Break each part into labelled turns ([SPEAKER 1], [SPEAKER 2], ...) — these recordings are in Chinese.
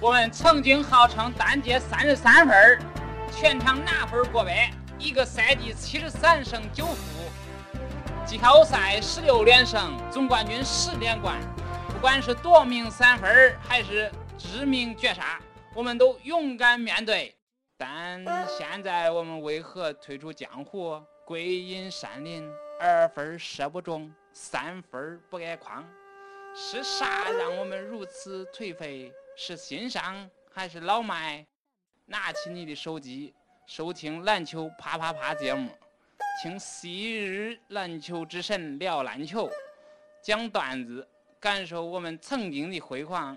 [SPEAKER 1] 我们曾经号称单节三十三分儿，全场拿分过百，一个赛季七十三胜九负，季后赛十六连胜，总冠军十连冠。不管是夺命三分儿还是致命绝杀，我们都勇敢面对。但现在我们为何退出江湖，归隐山林？二分射不中，三分不挨框，是啥让我们如此颓废？是心伤还是老迈？拿起你的手机，收听篮球啪啪啪节目，听昔日篮球之神聊篮球，讲段子，感受我们曾经的辉煌，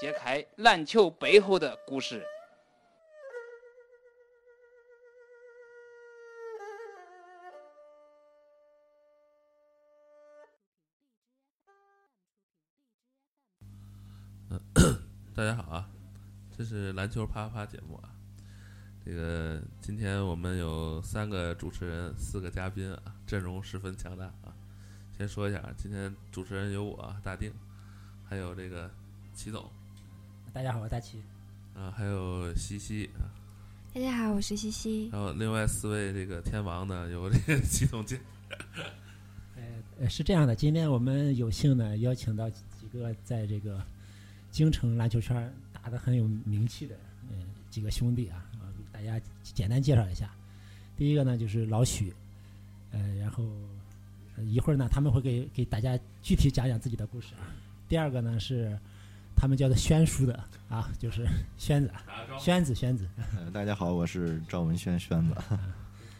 [SPEAKER 1] 揭开篮球背后的故事。
[SPEAKER 2] 大家好啊，这是篮球啪啪啪节目啊。这个今天我们有三个主持人，四个嘉宾啊，阵容十分强大啊。先说一下，啊，今天主持人有我大定，还有这个齐总
[SPEAKER 3] 大家好，我是大齐。
[SPEAKER 2] 啊，还有西西啊，
[SPEAKER 4] 大家好，我是西西。
[SPEAKER 2] 还有另外四位这个天王呢，有这个齐总监，
[SPEAKER 3] 呃，是这样的，今天我们有幸呢邀请到几个在这个京城篮球圈儿打得很有名气的呃几个兄弟啊，啊给大家简单介绍一下。第一个呢就是老许，呃，然后呃一会儿呢他们会给给大家具体讲讲自己的故事啊。第二个呢是他们叫做宣叔的啊，就是宣子啊，宣子宣子。
[SPEAKER 5] 呃大家好，我是赵文轩轩子。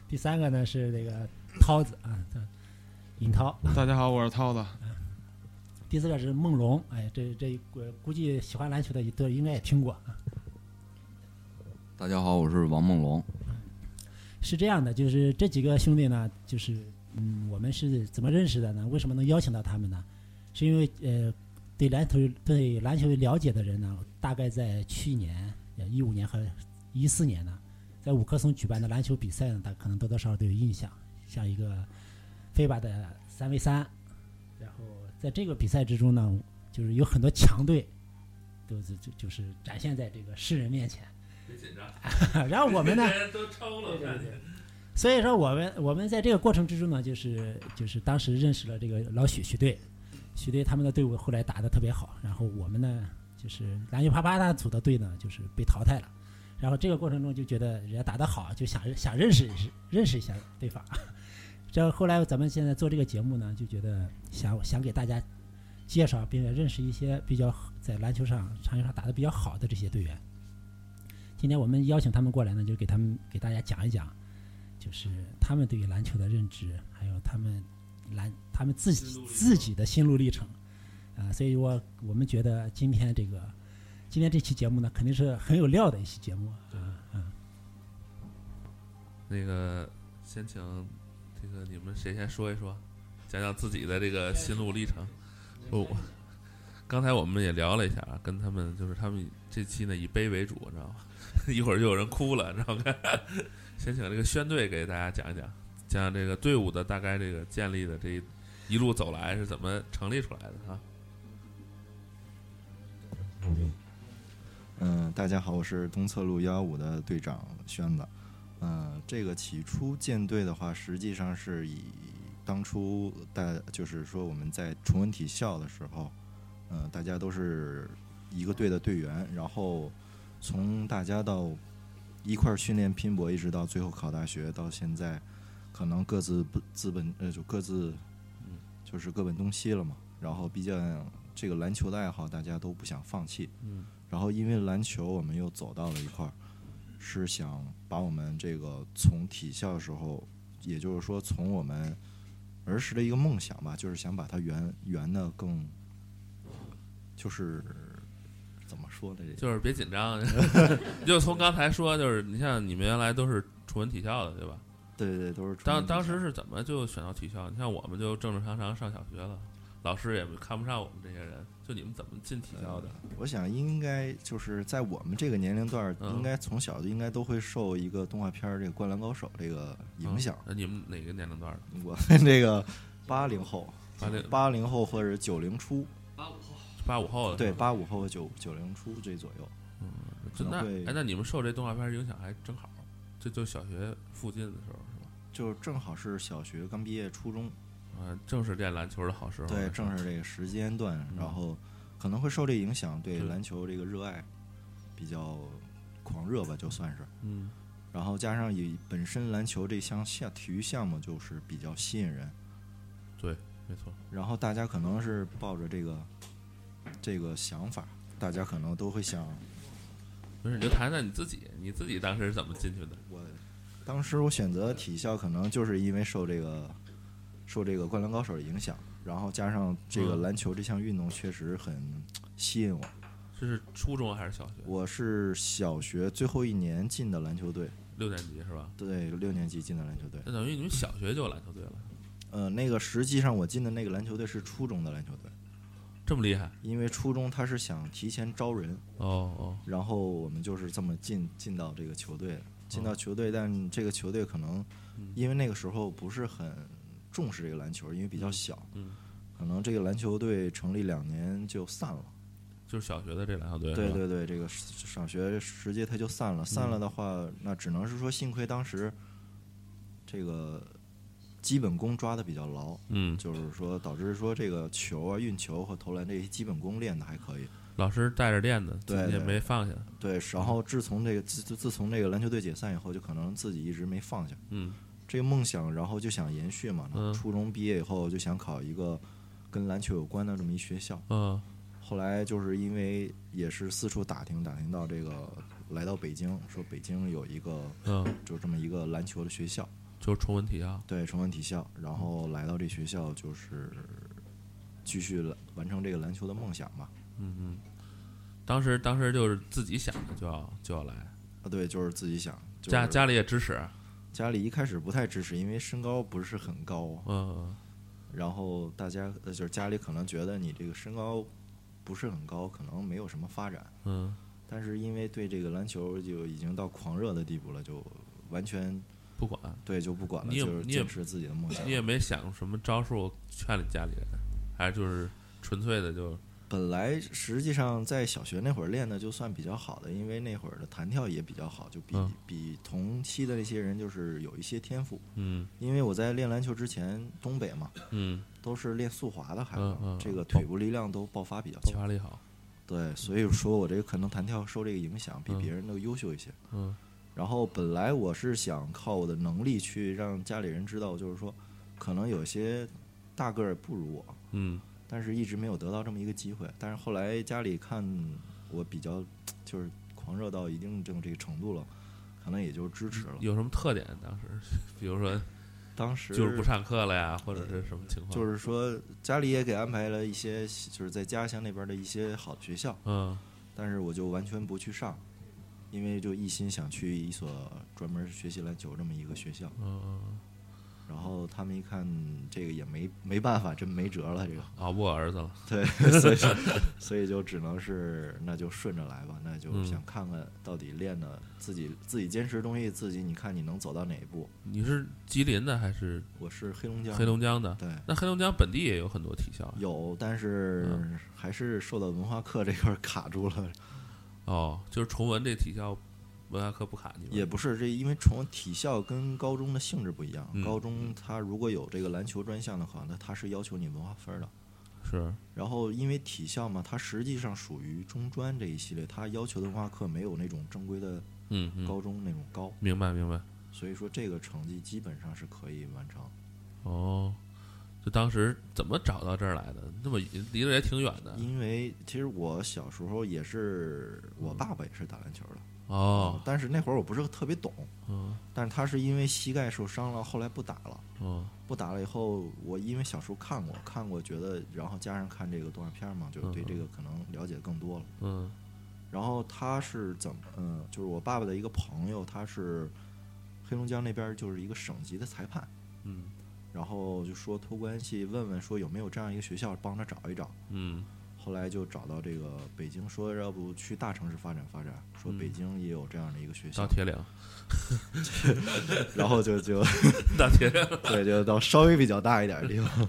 [SPEAKER 3] 第三个呢是这个涛子啊，他尹涛。
[SPEAKER 6] 大家好，我是涛子。
[SPEAKER 3] 第四个是梦龙，哎，这这估估计喜欢篮球的也都应该也听过。
[SPEAKER 7] 大家好，我是王梦龙。
[SPEAKER 3] 是这样的，就是这几个兄弟呢，就是嗯，我们是怎么认识的呢？为什么能邀请到他们呢？是因为呃，对篮球对篮球了解的人呢，大概在去年呃一五年和一四年呢，在五棵松举办的篮球比赛呢，大家可能多多少少都有印象，像一个飞吧的三 v 三，然后在这个比赛之中呢，就是有很多强队，都是就就是展现在这个世人面前。
[SPEAKER 2] 别紧张，
[SPEAKER 3] 然后我 哦们呢，
[SPEAKER 2] 都抽
[SPEAKER 3] 对对对。所以说，我们我们在这个过程之中呢，就是就是当时认识了这个老许许队，许队他们的队伍后来打得特别好，然后我们呢就是篮球啪啪那组的队呢就是被淘汰了，然后这个过程中就觉得人家打得好，就想想认识认识一下对方。这后来咱们现在做这个节目呢，就觉得想想给大家介绍并且认识一些比较好在篮球上场球上打得比较好的这些队员。今天我们邀请他们过来呢，就给他们给大家讲一讲，就是他们对于篮球的认知，还有他们篮他们自
[SPEAKER 2] 心
[SPEAKER 3] 己
[SPEAKER 2] 路历程
[SPEAKER 3] 自己的心路历程，啊、所以我我们觉得今天这个今天这期节目呢，肯定是很有料的一期节目啊啊，
[SPEAKER 2] 那个先请这个你们谁先说一说，讲讲自己的这个心路历程。我、刚才我们也聊了一下啊，跟他们就是他们这期呢以杯为主，你知道吗？ 一会儿就有人哭了，然后看， 先请这个宣队给大家讲一讲，讲讲这个队伍的大概这个建立的这一一路走来是怎么成立出来的啊？
[SPEAKER 5] 嗯、大家好，我是东侧路幺幺五的队长轩子。嗯、这个起初建队的话，实际上是以当初大就是说我们在崇文体校的时候，嗯、大家都是一个队的队员，然后从大家到一块儿训练拼搏，一直到最后考大学，到现在可能各自不自本呃就各自嗯就是各奔东西了嘛。然后毕竟这个篮球的爱好，大家都不想放弃。
[SPEAKER 2] 嗯。
[SPEAKER 5] 然后因为篮球，我们又走到了一块儿，是想把我们这个从体校时候，也就是说从我们儿时的一个梦想吧，就是想把它圆圆的更，就是怎么说呢？这
[SPEAKER 2] 就是别紧张， 就从刚才说，就是你像你们原来都是楚文体校的对吧？
[SPEAKER 5] 对对，都是纯
[SPEAKER 2] 当
[SPEAKER 5] 体
[SPEAKER 2] 当
[SPEAKER 5] 校
[SPEAKER 2] 时是怎么就选到体校？你像我们就正正常常上小学了，老师也看不上我们这些人。就你们怎么进体校的？
[SPEAKER 5] 我想应该就是在我们这个年龄段儿，
[SPEAKER 2] 嗯
[SPEAKER 5] 应该从小就应该都会受一个动画片儿这个《灌篮高手》这个影响。
[SPEAKER 2] 嗯？那你们哪个年龄段的？
[SPEAKER 5] 我们这个八零后，
[SPEAKER 2] 八零
[SPEAKER 5] 八零后或者九零初，
[SPEAKER 2] 八五后，八五后的，
[SPEAKER 5] 对，八五后九九零初这左右，
[SPEAKER 2] 就那
[SPEAKER 5] 可能会
[SPEAKER 2] 哎，那你们受这动画片儿影响还正好，这就小学附近的时候是吧？
[SPEAKER 5] 就是正好是小学刚毕业初中，
[SPEAKER 2] 啊，正是练篮球的好时候。
[SPEAKER 5] 对，正是这个时间段，然
[SPEAKER 2] 嗯
[SPEAKER 5] 后可能会受这影响，对
[SPEAKER 2] 对
[SPEAKER 5] 篮球这个热爱比较狂热吧，就算是。
[SPEAKER 2] 嗯，
[SPEAKER 5] 然后加上以本身篮球这项项体育项目就是比较吸引人，
[SPEAKER 2] 没错，
[SPEAKER 5] 然后大家可能是抱着这个这个想法，大家可能都会想，
[SPEAKER 2] 没事，你就谈谈你自己，你自己当时是怎么进去的？
[SPEAKER 5] 我当时我选择体校，可能就是因为受这个受这个《灌篮高手》的影响，然后加上这个
[SPEAKER 2] 嗯
[SPEAKER 5] 篮球这项运动确实很吸引我。
[SPEAKER 2] 这是初中还是小学？
[SPEAKER 5] 我是小学最后一年进的篮球队，
[SPEAKER 2] 六年级是吧？
[SPEAKER 5] 对，六年级进的篮球队。
[SPEAKER 2] 那等于你们小学就有篮球队了，
[SPEAKER 5] 呃，那个实际上我进的那个篮球队是初中的篮球队，
[SPEAKER 2] 这么厉害？
[SPEAKER 5] 因为初中他是想提前招人，
[SPEAKER 2] 哦哦，
[SPEAKER 5] 然后我们就是这么进进到这个球队，进到球队，但这个球队可能
[SPEAKER 2] 嗯
[SPEAKER 5] 因为那个时候不是很重视这个篮球，因为比较小，
[SPEAKER 2] 嗯，
[SPEAKER 5] 可能这个篮球队成立两年就散了。
[SPEAKER 2] 就是小学的这篮球队。
[SPEAKER 5] 对。对对，这个上学直接他就散
[SPEAKER 2] 嗯
[SPEAKER 5] 了，散了的话，那只能是说幸亏当时这个基本功抓的比较牢，
[SPEAKER 2] 嗯，
[SPEAKER 5] 就是说导致说这个球啊、运球和投篮这些基本功练的还可以。
[SPEAKER 2] 老师带着练的，
[SPEAKER 5] 对
[SPEAKER 2] 自己也
[SPEAKER 5] 对
[SPEAKER 2] 没放下。
[SPEAKER 5] 对，然后自从这个自自自从这个篮球队解散以后，就可能自己一直没放下
[SPEAKER 2] 嗯，
[SPEAKER 5] 这个梦想，然后就想延续嘛。
[SPEAKER 2] 嗯
[SPEAKER 5] 初中毕业以后就想考一个跟篮球有关的这么一学校，
[SPEAKER 2] 嗯，
[SPEAKER 5] 后来就是因为也是四处打听打听到这个，来到北京，说北京有一个
[SPEAKER 2] 嗯，
[SPEAKER 5] 就这么一个篮球的学校，
[SPEAKER 2] 就是崇文体校。
[SPEAKER 5] 对崇文体校，然后来到这学校就是继续了完成这个篮球的梦想吧。
[SPEAKER 2] 嗯嗯，当时当时就是自己想的就要就要来，
[SPEAKER 5] 啊，对，就是自己想，就是、
[SPEAKER 2] 家家里也支持。
[SPEAKER 5] 家里一开始不太支持，因为身高不是很高，啊
[SPEAKER 2] 嗯嗯，
[SPEAKER 5] 然后大家呃就是家里可能觉得你这个身高不是很高，可能没有什么发展。
[SPEAKER 2] 嗯，
[SPEAKER 5] 但是因为对这个篮球就已经到狂热的地步了，就完全
[SPEAKER 2] 不管，
[SPEAKER 5] 对，就不管了，
[SPEAKER 2] 你也
[SPEAKER 5] 就是
[SPEAKER 2] 你也
[SPEAKER 5] 坚持自己的梦想
[SPEAKER 2] 你。也没想什么招数劝你家里人，还是就是纯粹的就
[SPEAKER 5] 本来实际上在小学那会儿练的就算比较好的，因为那会儿的弹跳也比较好，就比、
[SPEAKER 2] 嗯
[SPEAKER 5] 比同期的那些人就是有一些天赋。
[SPEAKER 2] 嗯
[SPEAKER 5] 因为我在练篮球之前，东北嘛
[SPEAKER 2] 嗯
[SPEAKER 5] 都是练速滑的孩子，
[SPEAKER 2] 嗯嗯
[SPEAKER 5] 这个
[SPEAKER 2] 嗯
[SPEAKER 5] 腿部力量都爆发比较
[SPEAKER 2] 爆
[SPEAKER 5] 强。
[SPEAKER 2] 发力好，
[SPEAKER 5] 对，所以说我这个可能弹跳受这个影响比
[SPEAKER 2] 嗯
[SPEAKER 5] 别人都优秀一些。
[SPEAKER 2] 嗯
[SPEAKER 5] 然后本来我是想靠我的能力去让家里人知道，就是说可能有些大个儿不如我，
[SPEAKER 2] 嗯
[SPEAKER 5] 但是一直没有得到这么一个机会。但是后来家里看我比较就是狂热到一定这种这个程度了，可能也就支持了。
[SPEAKER 2] 有什么特点？当时 比如说
[SPEAKER 5] 当时
[SPEAKER 2] 就是不上课了呀，或者是什么情况？
[SPEAKER 5] 就是说家里也给安排了一些就是在家乡那边的一些好的学校，
[SPEAKER 2] 嗯
[SPEAKER 5] 但是我就完全不去上，因为就一心想去一所专门学习篮球这么一个学校。
[SPEAKER 2] 嗯嗯，
[SPEAKER 5] 然后他们一看这个也没没办法，真没辙了，这个
[SPEAKER 2] 熬不过儿子了，
[SPEAKER 5] 对，所以说所以就只能是那就顺着来吧，那就
[SPEAKER 2] 嗯
[SPEAKER 5] 想看看到底练的自己自己坚持的东西，自己你看你能走到哪一步。
[SPEAKER 2] 你是吉林的还是
[SPEAKER 5] 我是黑龙江，
[SPEAKER 2] 黑龙江的？
[SPEAKER 5] 对
[SPEAKER 2] 那黑龙江本地也有很多体校啊
[SPEAKER 5] 有，但是
[SPEAKER 2] 嗯
[SPEAKER 5] 还是受到文化课这块儿卡住了，
[SPEAKER 2] 哦，就是崇文这体校文化课不卡你们
[SPEAKER 5] 也不是这因为从体校跟高中的性质不一样，
[SPEAKER 2] 嗯
[SPEAKER 5] 高中它如果有这个篮球专项的话，那它是要求你文化分儿的。
[SPEAKER 2] 是
[SPEAKER 5] 然后因为体校嘛，它实际上属于中专这一系列，它要求的文化课没有那种正规的
[SPEAKER 2] 嗯嗯，
[SPEAKER 5] 高中那种高，
[SPEAKER 2] 明白明白
[SPEAKER 5] 所以说这个成绩基本上是可以完成。
[SPEAKER 2] 哦。就当时怎么找到这儿来的？那么离得也挺远的
[SPEAKER 5] 因为其实我小时候也是，我爸爸也是打篮球的
[SPEAKER 2] 哦，
[SPEAKER 5] 但是那会儿我不是特别懂，
[SPEAKER 2] 嗯
[SPEAKER 5] 但是他是因为膝盖受伤了，后来不打了。
[SPEAKER 2] 嗯
[SPEAKER 5] 不打了以后，我因为小时候看过，看过觉得，然后加上看这个动画片嘛，就对这个可能了解更多了。
[SPEAKER 2] 嗯
[SPEAKER 5] 然后他是怎么，嗯，就是我爸爸的一个朋友，他是黑龙江那边就是一个省级的裁判，
[SPEAKER 2] 嗯
[SPEAKER 5] 然后就说托关系问问说有没有这样一个学校，帮着找一找。
[SPEAKER 2] 嗯
[SPEAKER 5] 后来就找到这个北京，说要不去大城市发展发展，说
[SPEAKER 2] 嗯
[SPEAKER 5] 北京也有这样的一个学校
[SPEAKER 2] 到， 铁岭，
[SPEAKER 5] 然后就就
[SPEAKER 2] 到铁岭，
[SPEAKER 5] 对，就到稍微比较大一点的地方。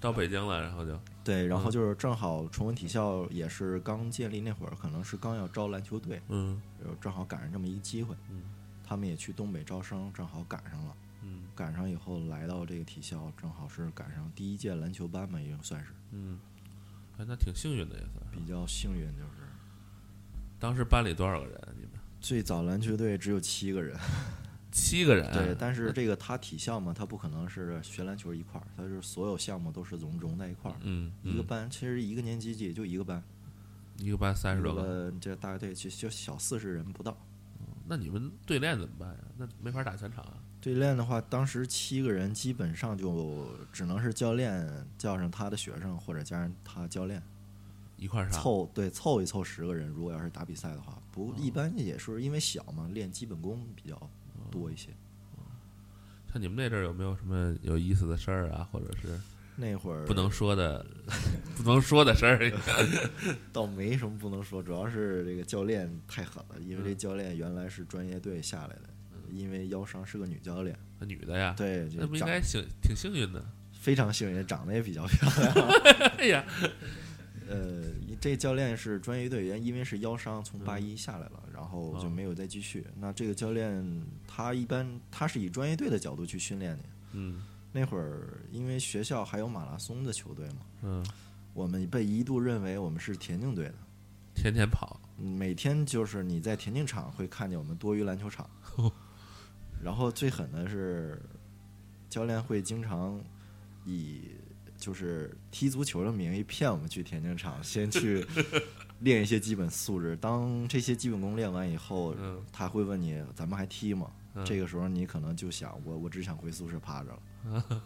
[SPEAKER 2] 到北京了，然后就
[SPEAKER 5] 对，然后
[SPEAKER 2] 嗯
[SPEAKER 5] 就是正好崇文体校也是刚建立那会儿，可能是刚要招篮球队，
[SPEAKER 2] 嗯
[SPEAKER 5] 然后正好赶上这么一机会，
[SPEAKER 2] 嗯
[SPEAKER 5] 他们也去东北招生，正好赶上了。
[SPEAKER 2] 嗯
[SPEAKER 5] 赶上以后来到这个体校，正好是赶上第一届篮球班嘛，也就算是
[SPEAKER 2] 嗯，哎，那挺幸运的也算是。
[SPEAKER 5] 比较幸运，就是
[SPEAKER 2] 当时班里多少个人啊？你们
[SPEAKER 5] 最早篮球队只有七个人，
[SPEAKER 2] 七个人啊。
[SPEAKER 5] 对，但是这个他体校嘛，他不可能是学篮球一块儿，他是所有项目都是融融在一块儿。
[SPEAKER 2] 嗯，嗯
[SPEAKER 5] 一个班其实一个年级也就一个班，
[SPEAKER 2] 一个班三十
[SPEAKER 5] 一
[SPEAKER 2] 多个，
[SPEAKER 5] 个这大概对就就小四十人不到。
[SPEAKER 2] 那你们队练怎么办呀？那没法打全场啊。
[SPEAKER 5] 对练的话，当时七个人基本上就只能是教练叫上他的学生或者加上他教练
[SPEAKER 2] 一块儿上。
[SPEAKER 5] 凑对凑一凑十个人。如果要是打比赛的话，
[SPEAKER 2] 哦
[SPEAKER 5] 不一般也是因为小嘛，练基本功比较多一些。
[SPEAKER 2] 哦像你们那阵儿有没有什么有意思的事儿啊，或者是
[SPEAKER 5] 那会儿
[SPEAKER 2] 不能说的、 不能说的事儿？
[SPEAKER 5] 倒没什么不能说，主要是这个教练太狠了，因为
[SPEAKER 2] 嗯
[SPEAKER 5] 这教练原来是专业队下来的，因为腰伤是个女教练，
[SPEAKER 2] 那女的呀，
[SPEAKER 5] 对，就
[SPEAKER 2] 嗯啊那不应
[SPEAKER 5] 长
[SPEAKER 2] 该幸挺幸运的。
[SPEAKER 5] 非常幸运，长得也比较漂亮。
[SPEAKER 2] 哎呀，
[SPEAKER 5] 呃，这教练是专业队员，因为是腰伤从八一下来了，然后就
[SPEAKER 2] 嗯
[SPEAKER 5] 没有再继续。那这个教练他一般他是以专业队的角度去训练的。
[SPEAKER 2] 嗯
[SPEAKER 5] 那会儿因为学校还有马拉松的球队嘛，
[SPEAKER 2] 嗯，
[SPEAKER 5] 我们被一度认为我们是田径队的。
[SPEAKER 2] 天天跑，
[SPEAKER 5] 每天就是你在田径场会看见我们多余篮 球场，然后最狠的是教练会经常以就是踢足球的名义骗我们去田径场，先去 练一些基本素质。当这些基本功练完以后，
[SPEAKER 2] 嗯
[SPEAKER 5] 他会问你咱们还踢吗？
[SPEAKER 2] 嗯
[SPEAKER 5] 这个时候你可能就想我我只想回宿舍趴着了，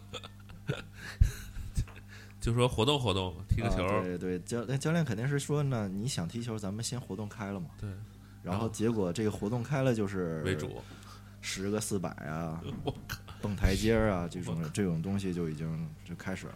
[SPEAKER 2] 就说活动活动，踢个球。
[SPEAKER 5] 啊对对，教那教练肯定是说呢，你想踢球，咱们先活动开了嘛。
[SPEAKER 2] 对，
[SPEAKER 5] 然后结果这个活动开了就是
[SPEAKER 2] 为主，
[SPEAKER 5] 十个四百啊
[SPEAKER 2] 我，
[SPEAKER 5] 蹦台阶儿啊，这
[SPEAKER 2] 我
[SPEAKER 5] 种这种东西就已经就开始了。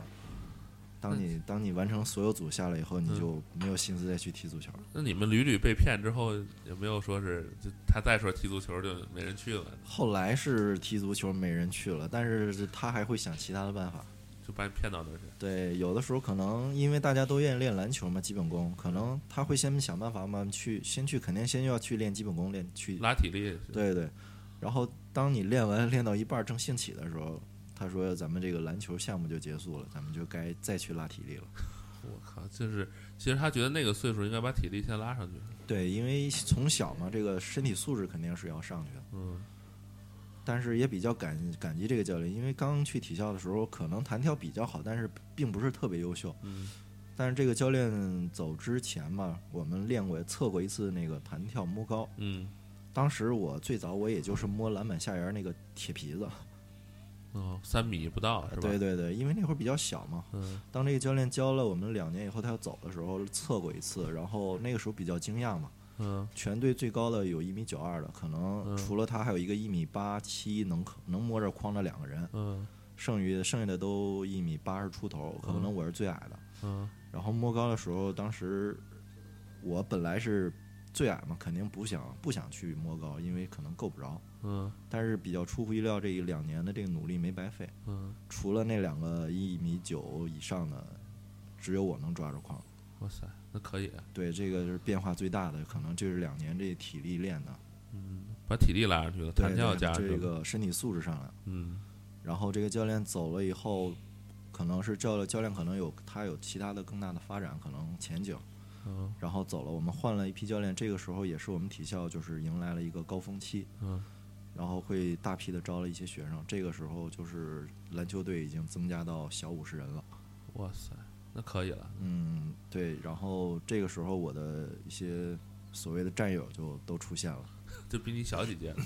[SPEAKER 5] 当
[SPEAKER 2] 嗯
[SPEAKER 5] 你当你完成所有组下来以后，你就没有心思再去踢足球了。
[SPEAKER 2] 那你们屡屡被骗之后，有没有说是就他再说踢足球就没人去了，
[SPEAKER 5] 后来是踢足球没人去了，但是他还会想其他的办法。
[SPEAKER 2] 就把你骗到那儿去？
[SPEAKER 5] 对，有的时候可能因为大家都愿意练篮球嘛，基本功，可能他会先想办法嘛，去先去肯定先要去练基本功，练去
[SPEAKER 2] 拉体力是，
[SPEAKER 5] 对对，然后当你练完练到一半儿正兴起的时候，他说咱们这个篮球项目就结束了，咱们就该再去拉体力了。
[SPEAKER 2] 我靠，就是其实他觉得那个岁数应该把体力先拉上去。
[SPEAKER 5] 对，因为从小嘛，这个身体素质肯定是要上去的，
[SPEAKER 2] 嗯
[SPEAKER 5] 但是也比较感感激这个教练，因为刚去体校的时候，可能弹跳比较好，但是并不是特别优秀。
[SPEAKER 2] 嗯
[SPEAKER 5] 但是这个教练走之前嘛，我们练过测过一次那个弹跳摸高，
[SPEAKER 2] 嗯
[SPEAKER 5] 当时我最早我也就是摸篮板下沿那个铁皮子，
[SPEAKER 2] 哦，三米不到是吧？
[SPEAKER 5] 对对对，因为那会儿比较小嘛。
[SPEAKER 2] 嗯
[SPEAKER 5] 当这个教练教了我们两年以后，他要走的时候测过一次，然后那个时候比较惊讶嘛，
[SPEAKER 2] 嗯
[SPEAKER 5] 全队最高的有一米九二的，可能
[SPEAKER 2] 嗯
[SPEAKER 5] 除了他还有一个一米八七能可能摸着框的两个人，
[SPEAKER 2] 嗯
[SPEAKER 5] 剩余剩下的都一米八十出头，可能我是最矮的。
[SPEAKER 2] 嗯
[SPEAKER 5] 然后摸高的时候，当时我本来是最矮嘛，肯定不想不想去摸高，因为可能够不着。
[SPEAKER 2] 嗯
[SPEAKER 5] 但是比较出乎意料，这一两年的这个努力没白费，
[SPEAKER 2] 嗯，
[SPEAKER 5] 除了那两个一米九以上的，只有我能抓着框。
[SPEAKER 2] 哇塞，那可以，
[SPEAKER 5] 对，这个是变化最大的，可能就是两年这体力练的。
[SPEAKER 2] 嗯，把体力拉上去了，
[SPEAKER 5] 对
[SPEAKER 2] 弹跳
[SPEAKER 5] 对
[SPEAKER 2] 加上去
[SPEAKER 5] 这
[SPEAKER 2] 了，
[SPEAKER 5] 个身体素质上来了。
[SPEAKER 2] 嗯
[SPEAKER 5] 然后这个教练走了以后，可能是教教练可能有他有其他的更大的发展可能前景，
[SPEAKER 2] 嗯
[SPEAKER 5] 然后走了，我们换了一批教练，这个时候也是我们体校就是迎来了一个高峰期，
[SPEAKER 2] 嗯，
[SPEAKER 5] 然后会大批的招了一些学生，这个时候就是篮球队已经增加到小五十人了，
[SPEAKER 2] 哇塞，那可以了，
[SPEAKER 5] 嗯，对，然后这个时候我的一些所谓的战友就都出现了。
[SPEAKER 2] 就比你小几届了，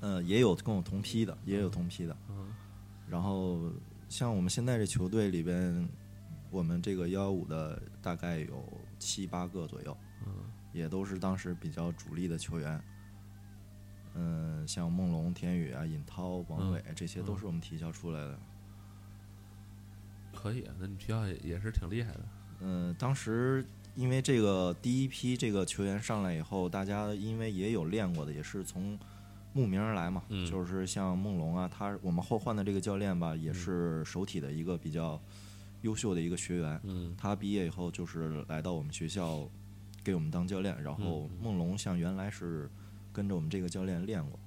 [SPEAKER 5] 嗯，也有跟我同批的，也有同批的。
[SPEAKER 2] 嗯
[SPEAKER 5] 然后像我们现在这球队里边，我们这个幺幺五的大概有七八个左右，
[SPEAKER 2] 嗯
[SPEAKER 5] 也都是当时比较主力的球员。嗯，像孟龙、田宇啊、尹涛、王伟，这些都是我们体校出来的。
[SPEAKER 2] 可以，啊那你学校也也是挺厉害的，
[SPEAKER 5] 嗯，当时因为这个第一批这个球员上来以后，大家因为也有练过的，也是从慕名而来嘛，
[SPEAKER 2] 嗯
[SPEAKER 5] 就是像梦龙啊，他我们后换的这个教练吧，也是首体的一个比较优秀的一个学员，
[SPEAKER 2] 嗯
[SPEAKER 5] 他毕业以后就是来到我们学校，给我们当教练。然后
[SPEAKER 2] 嗯
[SPEAKER 5] 梦龙像原来是跟着我们这个教练练过，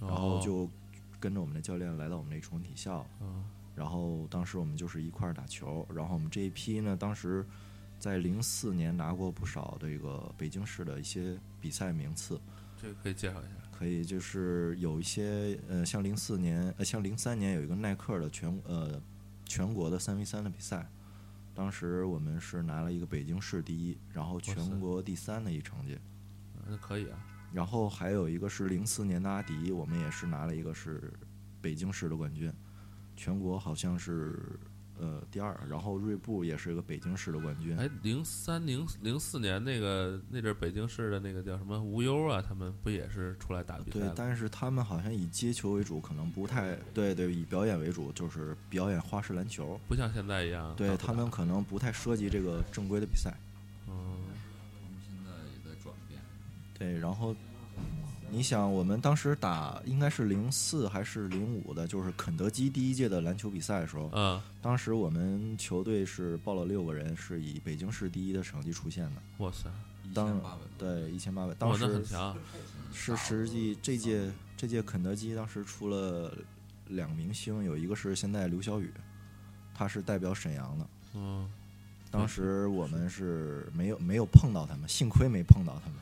[SPEAKER 2] 哦
[SPEAKER 5] 然后就跟着我们的教练来到我们这重体校。
[SPEAKER 2] 哦
[SPEAKER 5] 然后当时我们就是一块儿打球。然后我们这一批呢，当时在零四年拿过不少这个北京市的一些比赛名次，
[SPEAKER 2] 这个可以介绍一下，
[SPEAKER 5] 可以就是有一些呃，像零四年呃，像零三年有一个耐克的全呃全国的三 v 三的比赛，当时我们是拿了一个北京市第一，然后
[SPEAKER 2] 哇塞
[SPEAKER 5] 全国第三的一成绩。
[SPEAKER 2] 那可以啊，
[SPEAKER 5] 然后还有一个是零四年的阿迪，我们也是拿了一个是北京市的冠军，全国好像是呃第二。然后锐步也是一个北京市的冠军，
[SPEAKER 2] 哎，零三零零四年那个那阵儿北京市的那个叫什么无忧啊，他们不也是出来打比赛
[SPEAKER 5] 对
[SPEAKER 2] 的，
[SPEAKER 5] 但是他们好像以接球为主，可能不太对对，以表演为主，就是表演花式篮球。
[SPEAKER 2] 啊不像现在一样，
[SPEAKER 5] 对
[SPEAKER 2] 到处
[SPEAKER 5] 他们
[SPEAKER 2] 打，
[SPEAKER 5] 可能不太涉及这个正规的比赛。
[SPEAKER 2] 嗯，
[SPEAKER 7] 他们现在也在转变，
[SPEAKER 5] 对，然后你想，我们当时打应该是零四还是零五的，就是肯德基第一届的篮球比赛的时候，
[SPEAKER 2] 嗯，
[SPEAKER 5] 当时我们球队是报了六个人，是以北京市第一的成绩出现的。
[SPEAKER 2] 哇塞，
[SPEAKER 7] 一
[SPEAKER 5] 当
[SPEAKER 7] 千八百多，
[SPEAKER 5] 对，一千八百，当
[SPEAKER 2] 哇，那很
[SPEAKER 5] 时
[SPEAKER 2] 强，
[SPEAKER 5] 是实际这届这届肯德基当时出了两明星，有一个是现在刘晓宇，他是代表沈阳的。
[SPEAKER 2] 嗯，
[SPEAKER 5] 当时我们是没有没有碰到他们，幸亏没碰到他们，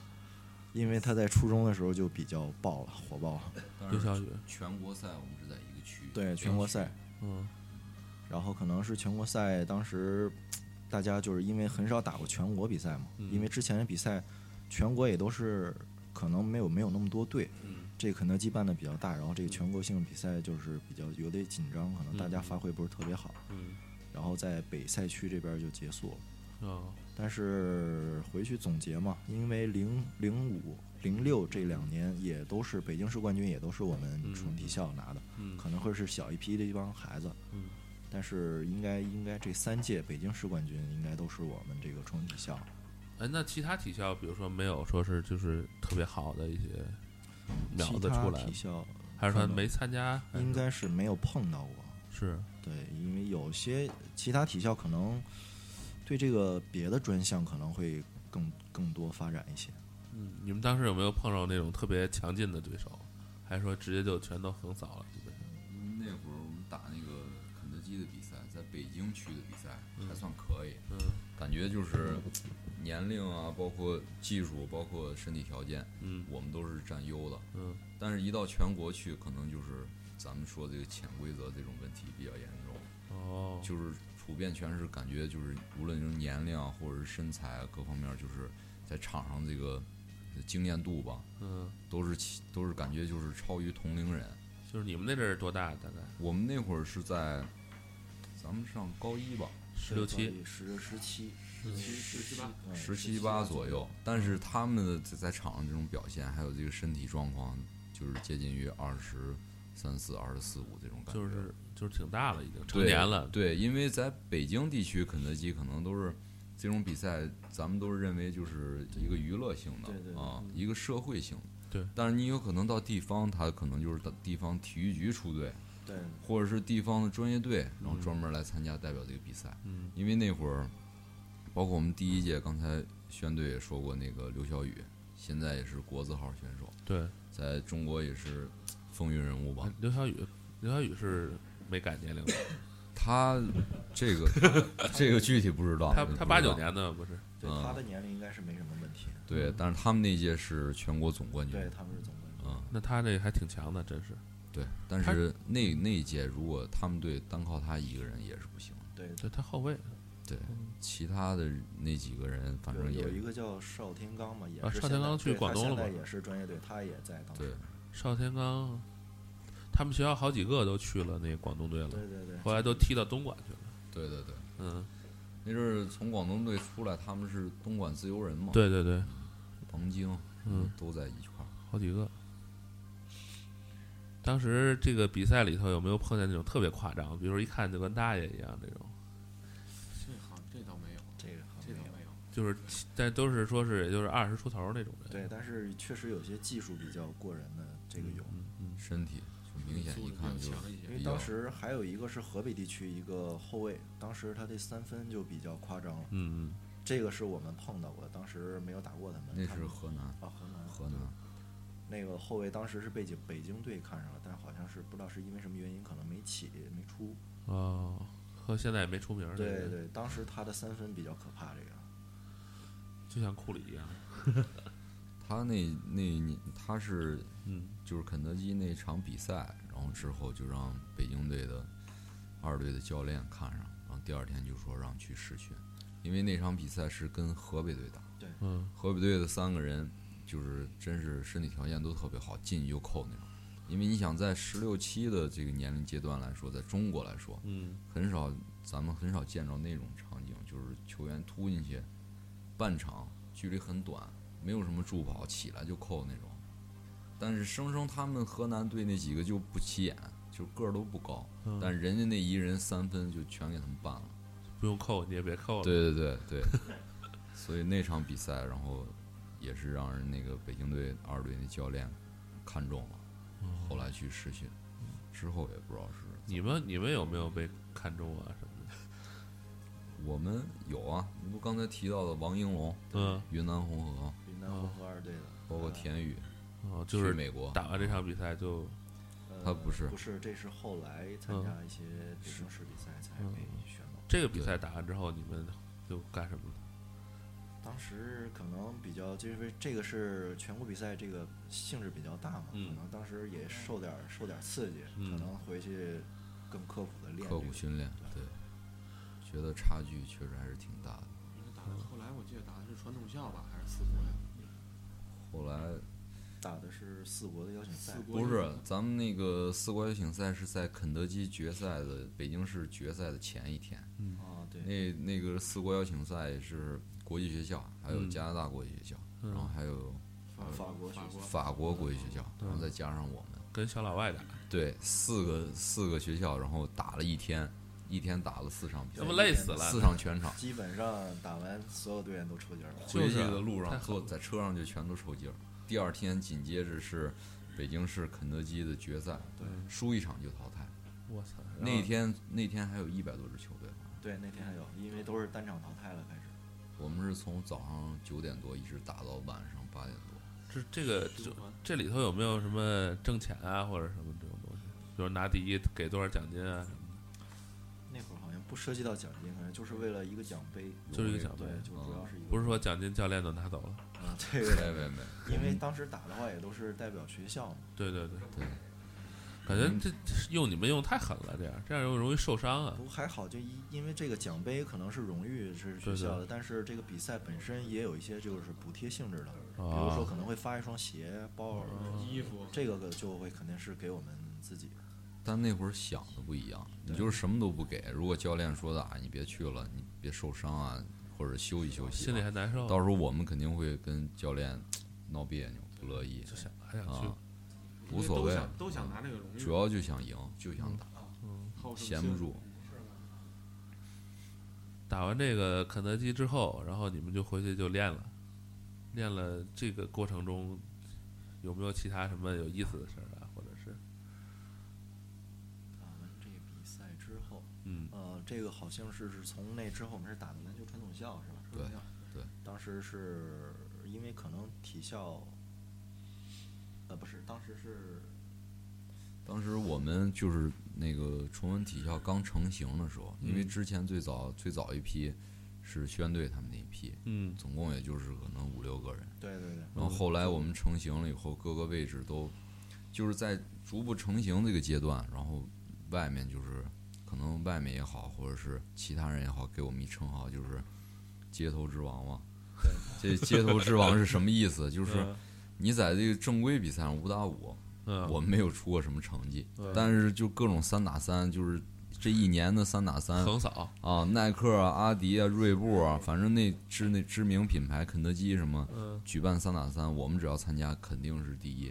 [SPEAKER 5] 因为他在初中的时候就比较爆了，火爆了。
[SPEAKER 7] 但
[SPEAKER 2] 刘晓
[SPEAKER 7] 是
[SPEAKER 2] 宇，
[SPEAKER 7] 全国赛我们是在一个区，
[SPEAKER 5] 哎对全国赛，
[SPEAKER 2] 嗯，
[SPEAKER 5] 然后可能是全国赛当时大家就是因为很少打过全国比赛嘛，
[SPEAKER 2] 嗯
[SPEAKER 5] 因为之前的比赛全国也都是可能没有没有那么多队，
[SPEAKER 2] 嗯
[SPEAKER 5] 这肯德基办的比较大，然后这个全国性比赛就是比较有点紧张，可能大家
[SPEAKER 2] 嗯
[SPEAKER 5] 发挥不是特别好，
[SPEAKER 2] 嗯，
[SPEAKER 5] 然后在北赛区这边就结束了。
[SPEAKER 2] 哦，
[SPEAKER 5] 但是回去总结嘛，因为零零五、零六这两年也都是北京市冠军，也都是我们重体校拿的，
[SPEAKER 2] 嗯
[SPEAKER 5] 可能会是小一批的一帮孩子，
[SPEAKER 2] 嗯，
[SPEAKER 5] 但是应该应该这三届北京市冠军应该都是我们这个重体校。
[SPEAKER 2] 哎，那其他体校，比如说没有说是就是特别好的一些苗
[SPEAKER 5] 其
[SPEAKER 2] 子出
[SPEAKER 5] 他
[SPEAKER 2] 来哎
[SPEAKER 5] 体
[SPEAKER 2] 吗，
[SPEAKER 5] 校
[SPEAKER 2] 还是说
[SPEAKER 5] 可能
[SPEAKER 2] 没参加？还是
[SPEAKER 5] 应该是没有碰到过，
[SPEAKER 2] 是，
[SPEAKER 5] 对，因为有些其他体校可能对这个别的专项可能会更更多发展一些。
[SPEAKER 2] 嗯，你们当时有没有碰到那种特别强劲的对手？还是说直接就全都横扫了？基本上，
[SPEAKER 7] 因为那会儿我们打那个肯德基的比赛，在北京区的比赛
[SPEAKER 2] 嗯
[SPEAKER 7] 还算可以，
[SPEAKER 2] 嗯
[SPEAKER 7] 感觉就是年龄啊，包括技术，包括身体条件，
[SPEAKER 2] 嗯
[SPEAKER 7] 我们都是占优的。
[SPEAKER 2] 嗯，
[SPEAKER 7] 但是，一到全国去，可能就是咱们说这个潜规则这种问题比较严重，
[SPEAKER 2] 哦，
[SPEAKER 7] 就是普遍全是感觉就是无论是年龄啊，或者是身材啊各方面，就是在场上这个经验度吧，
[SPEAKER 2] 嗯，
[SPEAKER 7] 都是其都是感觉就是超于同龄人。
[SPEAKER 2] 就是你们那阵儿多大？大概
[SPEAKER 7] 我们那会儿是在咱们上高一吧，
[SPEAKER 2] 十六七，
[SPEAKER 5] 十十七、
[SPEAKER 2] 十七、十七八，
[SPEAKER 7] 十七八左右，但是他们的在在场上这种表现，还有这个身体状况，就是接近于二十三四、二十四五这种感觉，
[SPEAKER 2] 就是就是挺大了，已经成
[SPEAKER 7] 对
[SPEAKER 2] 年了。
[SPEAKER 7] 对，因为在北京地区，肯德基可能都是这种比赛，咱们都是认为就是一个娱乐性的
[SPEAKER 5] 对对嗯对
[SPEAKER 7] 啊，一个社会性的。
[SPEAKER 2] 嗯对，
[SPEAKER 7] 但是你有可能到地方，他可能就是到地方体育局出队，
[SPEAKER 5] 对，
[SPEAKER 7] 或者是地方的专业队，然后
[SPEAKER 2] 嗯
[SPEAKER 7] 专门来参加代表这个比赛。
[SPEAKER 2] 嗯
[SPEAKER 7] 因为那会儿，包括我们第一届，刚才宣队也说过，那个刘晓宇现在也是国字号选手，
[SPEAKER 2] 对，
[SPEAKER 7] 在中国也是风云人物吧
[SPEAKER 2] 哎。刘晓宇，刘晓宇是没改年龄的，
[SPEAKER 7] 他这个 这个具体不知道，
[SPEAKER 2] 他
[SPEAKER 7] 不知
[SPEAKER 2] 他
[SPEAKER 7] 道
[SPEAKER 2] 八九，年的不是？
[SPEAKER 5] 对
[SPEAKER 7] 嗯
[SPEAKER 5] 他的年龄应该是没什么问题。
[SPEAKER 7] 对，但是他们那届是全国总冠军，
[SPEAKER 5] 对，他们是总冠军。
[SPEAKER 7] 嗯，
[SPEAKER 2] 那他这还挺强的，真是。
[SPEAKER 7] 对。但
[SPEAKER 2] 他
[SPEAKER 7] 是那那一届如果他们队单靠他一个人也是不行的，
[SPEAKER 5] 对，
[SPEAKER 2] 对他后卫
[SPEAKER 7] 对，其他的那几个人反正
[SPEAKER 5] 有
[SPEAKER 7] 也
[SPEAKER 5] 有一个叫邵天刚嘛，也
[SPEAKER 2] 啊
[SPEAKER 5] 是
[SPEAKER 2] 邵
[SPEAKER 5] 现
[SPEAKER 2] 天
[SPEAKER 5] 在
[SPEAKER 2] 刚去
[SPEAKER 5] 对他
[SPEAKER 2] 广东了
[SPEAKER 5] 现在
[SPEAKER 2] 吧
[SPEAKER 5] 也是专业队，他也在当
[SPEAKER 7] 对
[SPEAKER 5] 时。
[SPEAKER 2] 邵天刚，啊他们学校好几个都去了那广东队了，
[SPEAKER 5] 对对对，
[SPEAKER 2] 后来都踢到东莞去了。
[SPEAKER 7] 对对对。
[SPEAKER 2] 嗯，
[SPEAKER 7] 那阵儿从广东队出来，他们是东莞自由人嘛，，
[SPEAKER 2] 对对对，
[SPEAKER 7] 王晶，
[SPEAKER 2] 嗯，
[SPEAKER 7] 都在一块儿。
[SPEAKER 2] 好几个。当时这个比赛里头有没有碰见那种特别夸张，比如说一看就跟大爷一样这种，
[SPEAKER 6] 这好这倒没有，
[SPEAKER 5] 这个好
[SPEAKER 6] 这
[SPEAKER 5] 像
[SPEAKER 6] 倒
[SPEAKER 5] 没有
[SPEAKER 6] 没有。
[SPEAKER 2] 就是但都是说是也就是二十出头那种人。
[SPEAKER 5] 对，但是确实有些技术比较过人的这个有。
[SPEAKER 2] 嗯，嗯
[SPEAKER 7] 身体明显
[SPEAKER 6] 素
[SPEAKER 7] 一
[SPEAKER 6] 质比
[SPEAKER 7] 看
[SPEAKER 6] 较
[SPEAKER 7] 就是
[SPEAKER 6] 强一些
[SPEAKER 5] 因为当时还有一个是河北地区一个后卫，当时他这三分就比较夸张了，
[SPEAKER 2] 嗯嗯，
[SPEAKER 5] 这个是我们碰到过，当时没有打过他们。
[SPEAKER 7] 那
[SPEAKER 5] 他们
[SPEAKER 7] 是河南，
[SPEAKER 5] 啊，河南
[SPEAKER 7] 河南
[SPEAKER 5] 那个后卫当时是被北北京队看上了，但是好像是不知道是因为什么原因，可能没起没出。
[SPEAKER 2] 哦，和现在也没出名儿，这
[SPEAKER 5] 对
[SPEAKER 2] 个，
[SPEAKER 5] 对，当时他的三分比较可怕，这个
[SPEAKER 2] 就像库里一样，
[SPEAKER 7] 他那那年他是
[SPEAKER 2] 嗯，
[SPEAKER 7] 就是肯德基那场比赛，然后之后就让北京队的二队的教练看上，然后第二天就说让去试训，因为那场比赛是跟河北队打，
[SPEAKER 2] 嗯，
[SPEAKER 7] 河北队的三个人就是真是身体条件都特别好，进去就扣那种。因为你想在十六七的这个年龄阶段来说，在中国来说，
[SPEAKER 2] 嗯，
[SPEAKER 7] 很少咱们很少见着那种场景，就是球员突进去，半场距离很短，没有什么助跑，起来就扣那种。但是生生他们河南队那几个就不起眼，就个儿都不高，
[SPEAKER 2] 嗯
[SPEAKER 7] 但人家那一人三分就全给他们办了。
[SPEAKER 2] 不用扣你也别扣了，
[SPEAKER 7] 对对对 对，所以那场比赛，然后也是让人那个北京队二队那教练看中了，
[SPEAKER 2] 嗯
[SPEAKER 7] 后来去试训，之后也不知道是
[SPEAKER 2] 你们你们有没有被看中啊什么的？
[SPEAKER 7] 我们有啊，你不刚才提到的王应龙，
[SPEAKER 2] 嗯，
[SPEAKER 7] 云南红河，
[SPEAKER 5] 云南
[SPEAKER 7] 哦
[SPEAKER 5] 红河二队的，呃
[SPEAKER 7] 包括田宇，
[SPEAKER 2] 哦，就
[SPEAKER 7] 去
[SPEAKER 2] 是
[SPEAKER 7] 美国
[SPEAKER 2] 打完这场比赛就
[SPEAKER 5] 呃
[SPEAKER 7] 他不是嗯
[SPEAKER 5] 不是，这是后来参加一些北京市比赛才被选到。
[SPEAKER 2] 这个比赛打完之后，你们就干什么了？
[SPEAKER 5] 当时可能比较，就是因为这个是全国比赛，这个性质比较大嘛，
[SPEAKER 2] 嗯
[SPEAKER 5] 可能当时也受点儿受点儿刺激，
[SPEAKER 2] 嗯
[SPEAKER 5] 可能回去更刻苦的练、这
[SPEAKER 7] 刻
[SPEAKER 5] 个。
[SPEAKER 7] 苦训练，对，觉得差距确实还是挺大的。
[SPEAKER 6] 因为打的后来我记得打的是传统校吧，还是四国呀？
[SPEAKER 7] 后来
[SPEAKER 5] 打的是四国的邀请赛
[SPEAKER 6] 四，国
[SPEAKER 7] 不是咱们那个四国邀请赛是在肯德基决赛的北京市决赛的前一天。
[SPEAKER 5] 啊，对，
[SPEAKER 7] 那那个四国邀请赛也是国际学校，还有
[SPEAKER 2] 嗯
[SPEAKER 7] 加拿大国际学校，
[SPEAKER 2] 嗯
[SPEAKER 7] 然后还有
[SPEAKER 2] 啊
[SPEAKER 6] 法
[SPEAKER 5] 法国
[SPEAKER 6] 法国
[SPEAKER 7] 法国国际学校，
[SPEAKER 2] 嗯
[SPEAKER 7] 然后再加上我们，
[SPEAKER 2] 跟小老外打，
[SPEAKER 7] 对，四个四个学校，然后打了一天，一天打了四场比
[SPEAKER 2] 那
[SPEAKER 7] 赛
[SPEAKER 2] 不，累死了？
[SPEAKER 7] 四场全场。
[SPEAKER 5] 基本上打完所有队员都抽筋儿了。
[SPEAKER 2] 就是
[SPEAKER 7] 回去的路
[SPEAKER 2] 太
[SPEAKER 7] 上
[SPEAKER 2] 狠
[SPEAKER 7] 坐
[SPEAKER 2] 了
[SPEAKER 7] 在车上就全都抽筋儿。第二天紧接着是北京市肯德基的决赛，
[SPEAKER 5] 对
[SPEAKER 7] 输一场就淘汰。
[SPEAKER 2] 我操！
[SPEAKER 7] 那天那天还有一百多支球队，
[SPEAKER 5] 对，那天还有，因为都是单场淘汰了，开始
[SPEAKER 7] 我们是从早上九点多一直打到晚上八点多。
[SPEAKER 2] 这这个
[SPEAKER 6] 十
[SPEAKER 2] 这
[SPEAKER 6] 五环
[SPEAKER 2] 这里头有没有什么挣钱啊或者什么这种东西？比如拿第一给多少奖金啊什么
[SPEAKER 5] 那会儿好像不涉及到奖金，可能就是为了一个奖杯，
[SPEAKER 2] 的，就是一个奖杯
[SPEAKER 5] 对，，就主要是一个。
[SPEAKER 2] 不是说奖金教练都拿走了。
[SPEAKER 5] 啊，这
[SPEAKER 7] 没
[SPEAKER 5] 个，
[SPEAKER 7] 没没，
[SPEAKER 5] 因为当时打的话也都是代表学校嘛，
[SPEAKER 2] 对对对
[SPEAKER 7] 对，
[SPEAKER 2] 感觉这这用你们用太狠了，这样这样又容易受伤啊
[SPEAKER 5] 不。过还好，就因因为这个奖杯可能是荣誉是学校的，但是这个比赛本身也有一些就是补贴性质的，比如说
[SPEAKER 2] 啊，
[SPEAKER 5] 可能会发一双鞋、包儿，
[SPEAKER 6] 衣服
[SPEAKER 5] 这个就会肯定是给我们自己。
[SPEAKER 7] 但那会儿想的不一样，你就是什么都不给。如果教练说的啊，你别去了，你别受伤啊，或者休息休息
[SPEAKER 2] 心里
[SPEAKER 7] 啊，
[SPEAKER 2] 还难受，
[SPEAKER 7] 到时候我们肯定会跟教练闹别扭，不乐意
[SPEAKER 2] 就想还想去
[SPEAKER 7] 啊。无所谓
[SPEAKER 6] 因为都想都想拿这个荣誉，
[SPEAKER 7] 主要就想赢，就想打，
[SPEAKER 6] 好胜
[SPEAKER 7] 闲
[SPEAKER 6] 心
[SPEAKER 7] 不住。
[SPEAKER 2] 打完这个肯德基之后，然后你们就回去就练了，练了这个过程中有没有其他什么有意思的事儿啊，或者是
[SPEAKER 5] 打完这个比赛之后，
[SPEAKER 2] 嗯
[SPEAKER 5] 呃，这个好像是是从那之后我们是打的篮球传统校是吧？
[SPEAKER 7] 对
[SPEAKER 5] 当时是因为可能体校，呃，不是，当时是
[SPEAKER 7] 当时我们就是那个崇文体校刚成型的时候，因为
[SPEAKER 2] 嗯
[SPEAKER 7] 之前最早最早一批是宣队他们那一批，
[SPEAKER 2] 嗯
[SPEAKER 7] 总共也就是可能五六个人。
[SPEAKER 5] 对对对，
[SPEAKER 7] 然后后来我们成型了以后，各个位置都就是在逐步成型这个阶段，然后外面就是可能外面也好，或者是其他人也好，给我们一称号就是街头之王嘛。这街头之王是什么意思？就是你在这个正规比赛上五打五，
[SPEAKER 2] 嗯
[SPEAKER 7] 我们没有出过什么成绩
[SPEAKER 2] 嗯，
[SPEAKER 7] 但是就各种三打三，就是这一年的三打三
[SPEAKER 2] 横扫
[SPEAKER 7] 啊，耐克啊、阿迪啊、锐步啊，反正那知那知名品牌肯德基什么，
[SPEAKER 2] 嗯
[SPEAKER 7] 举办三打三，我们只要参加肯定是第一。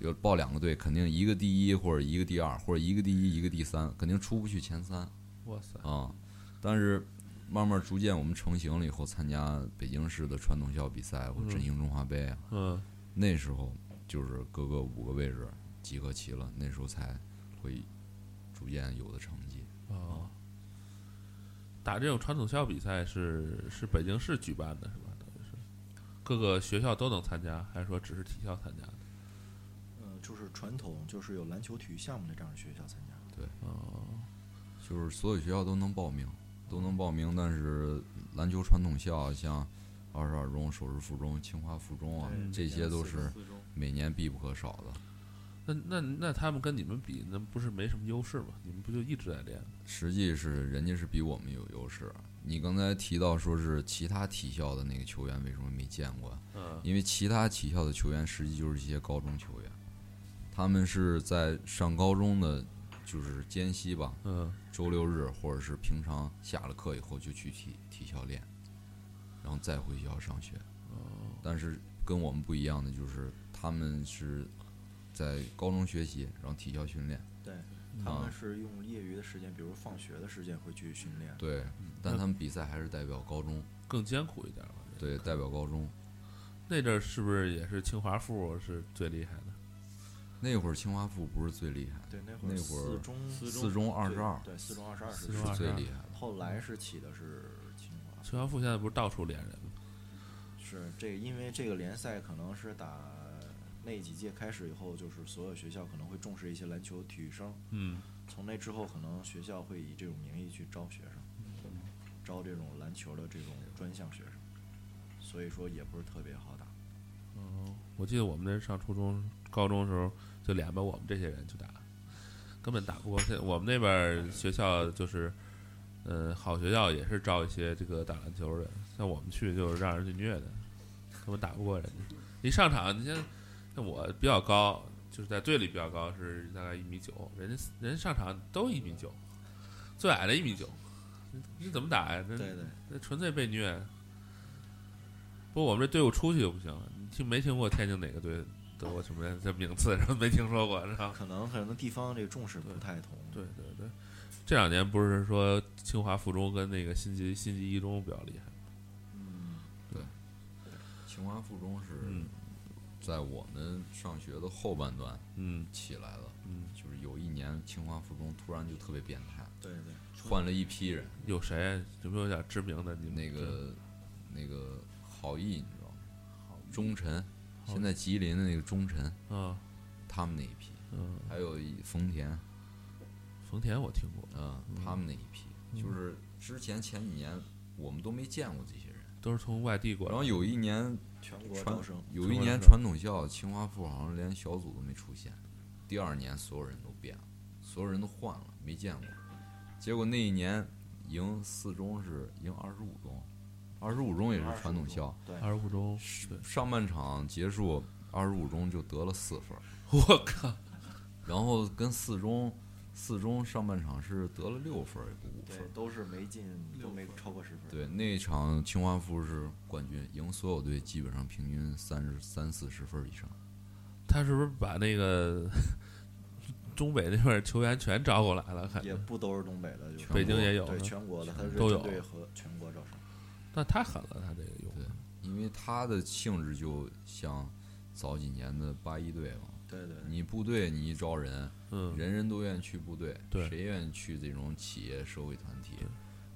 [SPEAKER 7] 有报两个队，肯定一个第一或者一个第二，或者一个第一一个第三，肯定出不去前三
[SPEAKER 2] 哇塞
[SPEAKER 7] 啊。但是慢慢逐渐我们成型了以后，参加北京市的传统校比赛或者振兴中华杯啊，
[SPEAKER 2] 嗯
[SPEAKER 7] 那时候就是各个五个位置集合齐了，那时候才会逐渐有的成绩。
[SPEAKER 2] 哦，打这种传统校比赛是是北京市举办的，是吧？等于是各个学校都能参加，还是说只是体校参加的？
[SPEAKER 5] 呃，就是传统就是有篮球体育项目的这样的学校参加。
[SPEAKER 2] 哦，
[SPEAKER 7] 就是所有学校都能报名，都能报名。但是篮球传统校像二十二中、首师附中、清华附中啊
[SPEAKER 5] 对，
[SPEAKER 7] 这些都是
[SPEAKER 6] 四中
[SPEAKER 7] 每年必不可少的。
[SPEAKER 2] 那那那他们跟你们比，那不是没什么优势吗？你们不就一直在练吗？
[SPEAKER 7] 实际是人家是比我们有优势。你刚才提到说是其他体校的那个球员为什么没见过？啊
[SPEAKER 2] 嗯，
[SPEAKER 7] 因为其他体校的球员实际就是一些高中球员，他们是在上高中的就是间隙吧，
[SPEAKER 2] 嗯，
[SPEAKER 7] 周六日或者是平常下了课以后就去体体校练，然后再回学校上学。但是跟我们不一样的就是他们是在高中学习，然后体校训练，
[SPEAKER 5] 对，
[SPEAKER 2] 嗯
[SPEAKER 5] 他
[SPEAKER 7] 啊
[SPEAKER 5] 们是用业余的时间，比如放学的时间会去训练。
[SPEAKER 7] 对，但他们比赛还是代表高中，
[SPEAKER 2] 更艰苦一点吧。这
[SPEAKER 7] 对，代表高中。
[SPEAKER 2] 那阵儿是不是也是清华附是最厉害的？
[SPEAKER 7] 那会儿清华附不是最厉害，
[SPEAKER 5] 对，那会儿
[SPEAKER 7] 那会儿
[SPEAKER 5] 四中
[SPEAKER 7] 四中二十二
[SPEAKER 5] 对，四中二十二是
[SPEAKER 2] 四中
[SPEAKER 7] 是啊最
[SPEAKER 2] 22
[SPEAKER 7] 厉害的。
[SPEAKER 5] 后来是起的是清华，
[SPEAKER 2] 清华附现在不是到处连人吗？
[SPEAKER 5] 是这因为这个联赛可能是打那几届开始以后，就是所有学校可能会重视一些篮球体育生，
[SPEAKER 2] 嗯，
[SPEAKER 5] 从那之后可能学校会以这种名义去招学生，招这种篮球的这种专项学生，所以说也不是特别好打。
[SPEAKER 2] 哦，我记得我们那上初中、高中的时候，就俩班我们这些人就打，根本打不过。现在我们那边儿学校就是，呃，好学校也是招一些这个打篮球的，像我们去就是让人去虐的，根本打不过人家。一上场，你像像我比较高，就是在队里比较高，是大概一米九，人家人家上场都一米九，最矮的一米九，你你怎么打呀？这
[SPEAKER 7] 嗯
[SPEAKER 5] 对对，
[SPEAKER 2] 那纯粹被虐。不过我们这队伍出去就不行了，你听没听过天津哪个队得过什么这名次？然后没听说过，然后
[SPEAKER 5] 可能可能地方这个重视不太同。
[SPEAKER 2] 对对对，这两年不是说清华附中跟那个新集新集一中比较厉害吗？
[SPEAKER 5] 嗯，
[SPEAKER 7] 清华附中是
[SPEAKER 2] 嗯
[SPEAKER 7] 在我们上学的后半段
[SPEAKER 2] 嗯
[SPEAKER 7] 起来了，
[SPEAKER 2] 嗯，
[SPEAKER 7] 就是有一年清华附中突然就特别变态，
[SPEAKER 5] 对对，
[SPEAKER 7] 换了一批人。
[SPEAKER 2] 有谁啊有没有点知名的？你们
[SPEAKER 7] 那
[SPEAKER 2] 知
[SPEAKER 7] 个那个郝毅，你知道吗？钟晨，现在吉林的那个钟晨，
[SPEAKER 2] 道啊
[SPEAKER 7] 他们那一批，
[SPEAKER 2] 嗯，
[SPEAKER 7] 还有一丰田，
[SPEAKER 2] 冯田我听过，
[SPEAKER 7] 嗯，他们那一批，
[SPEAKER 2] 嗯
[SPEAKER 7] 就是之前前几年我们都没见过这些人。
[SPEAKER 2] 都是从外地过来
[SPEAKER 7] 然
[SPEAKER 2] 的。
[SPEAKER 7] 后有一年
[SPEAKER 5] 全国
[SPEAKER 7] 传
[SPEAKER 5] 招生，
[SPEAKER 7] 有一
[SPEAKER 2] 中国
[SPEAKER 7] 年
[SPEAKER 2] 人
[SPEAKER 7] 传统校清华附好像连小组都没出现，第二年所有人都变了，所有人都换了，没见过。结果那一年赢四中是赢二十五中，二十五中也是传统校，
[SPEAKER 5] 对，
[SPEAKER 2] 二十五中，对
[SPEAKER 7] 上半场结束二十五中就得了四分，
[SPEAKER 2] 我靠，
[SPEAKER 7] 然后跟四中四中上半场是得了六分儿也不五分
[SPEAKER 5] 对
[SPEAKER 7] 儿。
[SPEAKER 5] 都是没进，都没超过十分。
[SPEAKER 7] 对，那一场清华附是冠军，赢所有队基本上平均三十三四十分儿以上。
[SPEAKER 2] 他是不是把那个东北那边儿球员全招过来了？看
[SPEAKER 5] 也不都是东北的，就是
[SPEAKER 2] 北京也有
[SPEAKER 5] 对
[SPEAKER 2] 呢
[SPEAKER 5] 全国的，它是
[SPEAKER 2] 都有
[SPEAKER 5] 针对和全国招生。
[SPEAKER 2] 那太狠了，他这个用
[SPEAKER 7] 对因为它的性质就像早几年的八一队嘛，
[SPEAKER 5] 对对对
[SPEAKER 7] 你部队你一招人，
[SPEAKER 2] 嗯，
[SPEAKER 7] 人人都愿意去部队，
[SPEAKER 2] 对
[SPEAKER 7] 谁愿意去这种企业社会团体？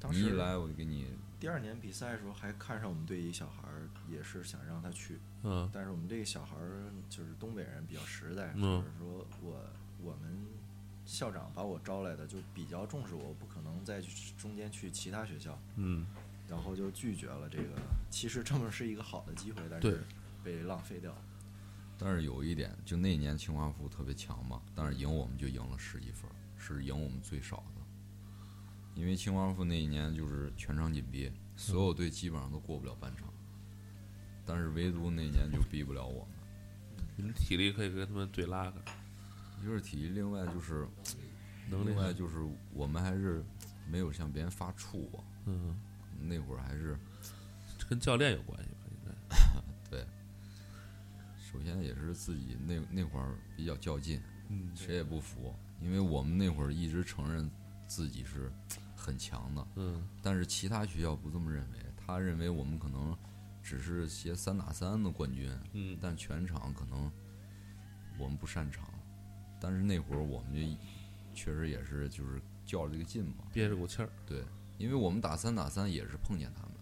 [SPEAKER 5] 当
[SPEAKER 7] 你一
[SPEAKER 5] 时
[SPEAKER 7] 来我就给你，
[SPEAKER 5] 第二年比赛的时候，还看上我们队一小孩儿，也是想让他去，
[SPEAKER 2] 嗯
[SPEAKER 5] 但是我们这个小孩儿就是东北人，比较实在，
[SPEAKER 2] 嗯
[SPEAKER 5] 或者说我我们校长把我招来的就比较重视我，我不可能再去中间去其他学校，
[SPEAKER 2] 嗯，
[SPEAKER 5] 然后就拒绝了这个。其实这么是一个好的机会，但
[SPEAKER 2] 对
[SPEAKER 5] 是被浪费掉了。
[SPEAKER 7] 但是有一点，就那年清华附特别强嘛，但是赢我们就赢了十几分儿，是赢我们最少的。因为清华附那一年就是全场紧逼，所有队基本上都过不了半场，但是唯独那年就逼不了我们。
[SPEAKER 2] 你们体力可以跟他们对拉开。
[SPEAKER 7] 一个是体力，另外就是
[SPEAKER 2] 能力
[SPEAKER 7] 另
[SPEAKER 2] 还
[SPEAKER 7] 外就是我们还是没有向别人发怵啊，
[SPEAKER 2] 嗯，
[SPEAKER 7] 那会儿还是
[SPEAKER 2] 这跟教练有关系吧？应该
[SPEAKER 7] 首先也是自己那那会儿比较较劲，
[SPEAKER 2] 嗯
[SPEAKER 7] 谁也不服，因为我们那会儿一直承认自己是很强的，
[SPEAKER 2] 嗯
[SPEAKER 7] 但是其他学校不这么认为，他认为我们可能只是些三打三的冠军，
[SPEAKER 2] 嗯
[SPEAKER 7] 但全场可能我们不擅长，但是那会儿我们就确实也是就是较了这个劲嘛，
[SPEAKER 2] 憋着股气儿。
[SPEAKER 7] 对，因为我们打三打三也是碰见他们，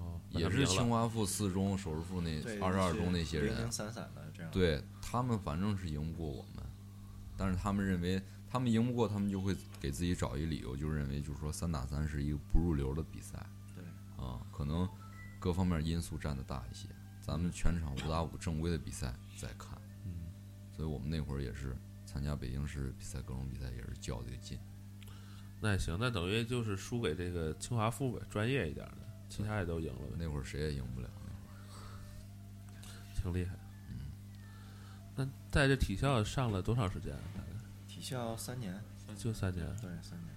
[SPEAKER 2] 哦，把他
[SPEAKER 7] 也
[SPEAKER 2] 们
[SPEAKER 7] 是
[SPEAKER 2] 聊了
[SPEAKER 7] 清华附四中、首师附那二十二中那些人，
[SPEAKER 5] 零零散散的这样。，
[SPEAKER 7] 对他们反正是赢不过我们，但是他们认为他们赢不过，他们就会给自己找一理由，就认为就是说三打三是一个不入流的比赛。
[SPEAKER 5] 对
[SPEAKER 7] 啊、可能各方面因素占的大一些。咱们全场五打五正规的比赛在看，
[SPEAKER 2] 嗯，
[SPEAKER 7] 所以我们那会儿也是参加北京市比赛，各种比赛也是较这个劲。
[SPEAKER 2] 那也行，那等于就是输给这个清华附呗，专业一点的，其他也都赢了呗，
[SPEAKER 7] 那会儿谁也赢不了。
[SPEAKER 2] 挺厉害。
[SPEAKER 7] 嗯
[SPEAKER 2] 那在这体校上了多长时间啊？大概
[SPEAKER 5] 体校三年，
[SPEAKER 2] 就三年。
[SPEAKER 5] 对三年。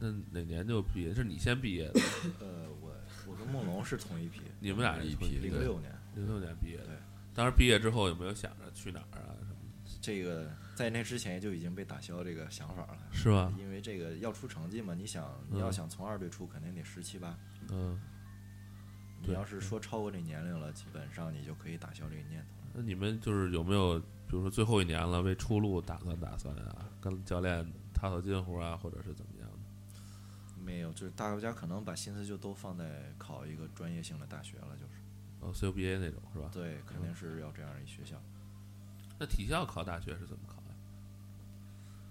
[SPEAKER 2] 那哪年就毕业？是你先毕业的，
[SPEAKER 5] 呃，我我跟梦龙是同一批，
[SPEAKER 2] 你们俩是
[SPEAKER 7] 一批
[SPEAKER 2] 同
[SPEAKER 5] 零
[SPEAKER 7] 对
[SPEAKER 5] 六年。
[SPEAKER 2] 零六年毕业
[SPEAKER 5] 对
[SPEAKER 2] 的。当时毕业之后有没有想着去哪儿啊？什么
[SPEAKER 5] 这个在那之前就已经被打消这个想法了，
[SPEAKER 2] 是吧？
[SPEAKER 5] 因为这个要出成绩嘛，你想
[SPEAKER 2] 嗯
[SPEAKER 5] 你要想从二队出，肯定得十七八。
[SPEAKER 2] 嗯，
[SPEAKER 5] 你
[SPEAKER 2] 对
[SPEAKER 5] 要
[SPEAKER 7] 嗯
[SPEAKER 5] 是说超过这年龄了，基本上你就可以打消这个念头。
[SPEAKER 2] 那你们就是有没有，比如说最后一年了，为出路打算打算啊？跟教练踏索近乎啊，或者是怎么样的？
[SPEAKER 5] 没有，就是大家可能把心思就都放在考一个专业性的大学了，就是
[SPEAKER 2] 哦，CUBA 那种是
[SPEAKER 7] 嗯
[SPEAKER 2] 吧？
[SPEAKER 5] 对，肯定是要这样一学校。
[SPEAKER 2] 那体校考大学是怎么考呀？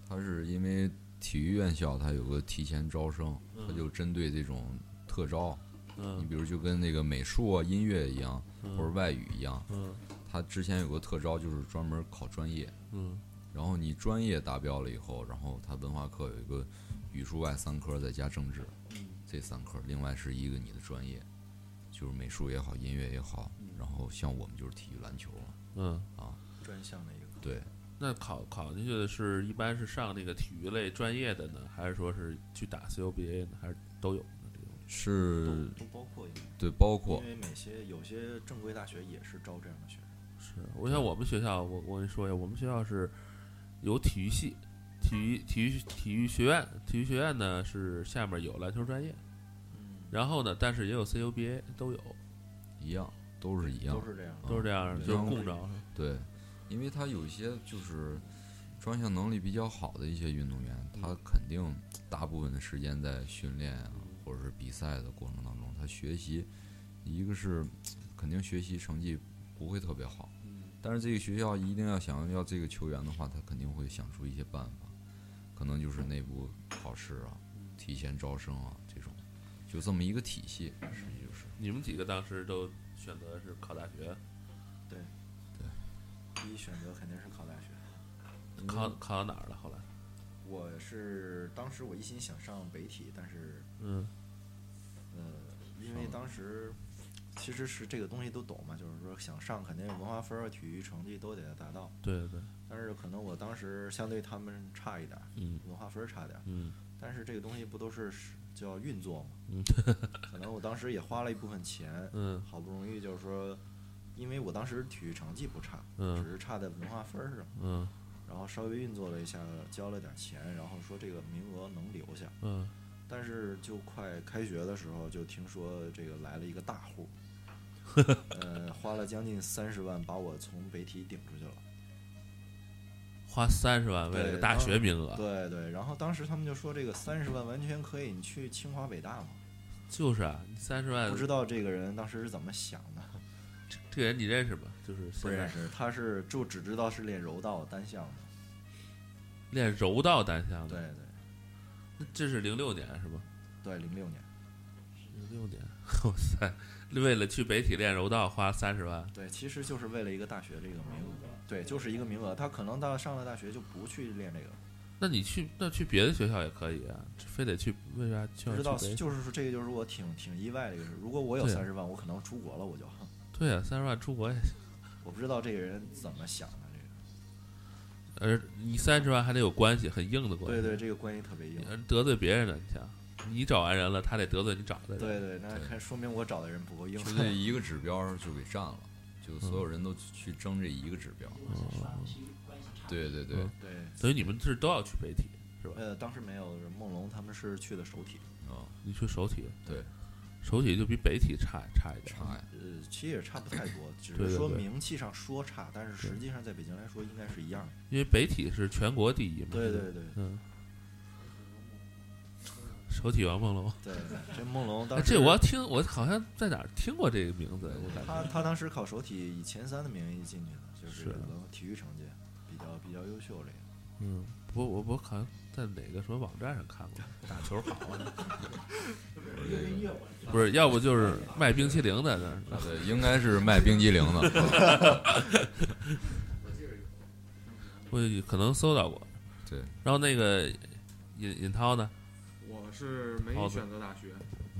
[SPEAKER 7] 他是因为体育院校它有个提前招生，
[SPEAKER 2] 嗯
[SPEAKER 7] 它就针对这种特招，你
[SPEAKER 2] 嗯
[SPEAKER 7] 比如就跟那个美术啊、音乐一样，或者
[SPEAKER 2] 嗯
[SPEAKER 7] 外语一样，
[SPEAKER 2] 嗯
[SPEAKER 7] 它之前有个特招就是专门考专业，
[SPEAKER 2] 嗯
[SPEAKER 7] 然后你专业达标了以后，然后它文化课有一个语数外三科，再加政治，
[SPEAKER 2] 嗯
[SPEAKER 7] 这三科，另外是一个你的专业，就是美术也好，音乐也好，然后像我们就是体育篮球嘛，
[SPEAKER 2] 嗯。
[SPEAKER 5] 专项的一个考
[SPEAKER 7] 对，
[SPEAKER 2] 那考考进去的是一般是上那个体育类专业的呢，还是说是去打 CUBA 呢，还是都有呢？这种
[SPEAKER 7] 是，
[SPEAKER 5] 都都包括一个，
[SPEAKER 7] 对，包括
[SPEAKER 5] 因为每些有些正规大学也是招这样的学生。
[SPEAKER 2] 是，我想我们学校，我我跟你说一下，我们学校是有体育系，体育体育体育学院，体育学院呢是下面有篮球专业，
[SPEAKER 5] 嗯，
[SPEAKER 2] 然后呢，但是也有 CUBA 都有，
[SPEAKER 7] 一样，都是一样
[SPEAKER 5] 都，是这样。
[SPEAKER 2] 都是这样的，
[SPEAKER 7] 嗯
[SPEAKER 2] 就是
[SPEAKER 7] 然后
[SPEAKER 2] 供着。
[SPEAKER 7] 对，因为他有一些就是专项能力比较好的一些运动员，他肯定大部分的时间在训练
[SPEAKER 5] 嗯
[SPEAKER 7] 啊，或者是比赛的过程当中，他学习，一个是肯定学习成绩不会特别好，
[SPEAKER 6] 嗯
[SPEAKER 7] 但是这个学校一定要想要这个球员的话，他肯定会想出一些办法，可能就是内部考试啊、提前招生啊这种，就这么一个体系，实际就是。
[SPEAKER 2] 你们几个当时都选择是考大学，
[SPEAKER 5] 第一选择肯定是考大学。嗯
[SPEAKER 2] 考考到哪儿了？后来，
[SPEAKER 5] 我是当时我一心想上北体，但是
[SPEAKER 2] 嗯
[SPEAKER 5] 呃，因为当时其实是这个东西都懂嘛，就是说想上肯定文化分儿、体育成绩都得达到，，
[SPEAKER 2] 对对对，
[SPEAKER 5] 但是可能我当时相对他们差一点儿，
[SPEAKER 2] 嗯
[SPEAKER 5] 文化分儿差点儿，
[SPEAKER 2] 嗯
[SPEAKER 5] 但是这个东西不都是是叫运作嘛，
[SPEAKER 2] 嗯
[SPEAKER 5] 可能我当时也花了一部分钱，
[SPEAKER 2] 嗯
[SPEAKER 5] 好不容易就是说，因为我当时体育成绩不差，只
[SPEAKER 2] 嗯
[SPEAKER 5] 是差在文化分儿上，
[SPEAKER 2] 嗯
[SPEAKER 5] 然后稍微运作了一下，交了点儿钱，然后说这个名额能留下。
[SPEAKER 2] 嗯，
[SPEAKER 5] 但是就快开学的时候，就听说这个来了一个大户，呃，花了将近三十万把我从北体顶出去了。
[SPEAKER 2] 花三十万为了
[SPEAKER 5] 对
[SPEAKER 2] 个大
[SPEAKER 5] 当
[SPEAKER 2] 学名额，
[SPEAKER 5] 对对，然后当时他们就说这个三十万完全可以，你去清华北大嘛。
[SPEAKER 2] 就是啊，三十万
[SPEAKER 5] 不，知道这个人当时是怎么想的，
[SPEAKER 2] 这个人你认识吗？就是现在
[SPEAKER 5] 识，他是就只知道是练柔道单项的。
[SPEAKER 2] 练柔道单项
[SPEAKER 5] 对
[SPEAKER 2] 的，
[SPEAKER 5] 对
[SPEAKER 2] 那这是零六年是吗？
[SPEAKER 5] 对，零六年，
[SPEAKER 2] 零六年， 哇塞！为了去北体练柔道花三十万，
[SPEAKER 5] 对，其实就是为了一个大学这个名额，对，就是一个名额。他可能到上了大学就不去练这个了，
[SPEAKER 2] 那你去那去别的学校也可以啊，非得去为啥去
[SPEAKER 5] 不知道，
[SPEAKER 2] 去北体？
[SPEAKER 5] 就是说这个就是我挺挺意外的一个事。如果我有
[SPEAKER 2] 对啊
[SPEAKER 5] 三十万，我可能出国了，我就。
[SPEAKER 2] 对啊，三十万出国也行，
[SPEAKER 5] 我不知道这个人怎么想的，这
[SPEAKER 2] 而呃你三十万还得有关系，很硬的关
[SPEAKER 5] 个对
[SPEAKER 2] 系。
[SPEAKER 5] 对，这个关系特别硬。
[SPEAKER 2] 你得罪别人了，你想，你找完人了，他得得罪你找的人。
[SPEAKER 5] 对对，那
[SPEAKER 7] 对
[SPEAKER 5] 看说明我找的人不够硬。
[SPEAKER 7] 就这一个指标就给占了，就所有人都去争这一个指标。对对对，
[SPEAKER 2] 嗯
[SPEAKER 5] 对，
[SPEAKER 2] 等哦于你们是都要去北体，
[SPEAKER 5] 呃，当时没有，梦龙他们是去的首体，
[SPEAKER 8] 哦
[SPEAKER 7] 啊，
[SPEAKER 2] 你去首体，
[SPEAKER 7] 对，
[SPEAKER 2] 首体就比北体差差一点。
[SPEAKER 7] 差呀，
[SPEAKER 5] 呃，其实也差不太多，只
[SPEAKER 2] 对
[SPEAKER 5] 是
[SPEAKER 2] 对
[SPEAKER 5] 说
[SPEAKER 2] 对
[SPEAKER 5] 名气上说差，但是实
[SPEAKER 2] 对
[SPEAKER 5] 际上在北京来说应该是一样的。
[SPEAKER 2] 因为北体是全国第一嘛。
[SPEAKER 5] 对对对
[SPEAKER 2] 嗯。首体王梦龙，
[SPEAKER 5] 对，这梦龙
[SPEAKER 2] 哎，
[SPEAKER 5] 当时
[SPEAKER 2] 这我要听，我好像在哪儿听过这个名字，我感觉。
[SPEAKER 5] 他他当时考首体以前三的名义进去的，就是
[SPEAKER 2] 是
[SPEAKER 5] 文化体育成绩比较比较优秀这个。
[SPEAKER 2] 嗯，我我我好像在哪个什么网站上看过，
[SPEAKER 8] 打球好啊，
[SPEAKER 2] 不是，要不就是卖冰淇淋的那儿。
[SPEAKER 7] 啊对，应该是卖冰激凌 的，
[SPEAKER 2] 我可能搜到过。
[SPEAKER 7] 对，
[SPEAKER 2] 然后那个尹尹涛呢，
[SPEAKER 6] 我是没
[SPEAKER 2] 好的
[SPEAKER 6] 选择大学，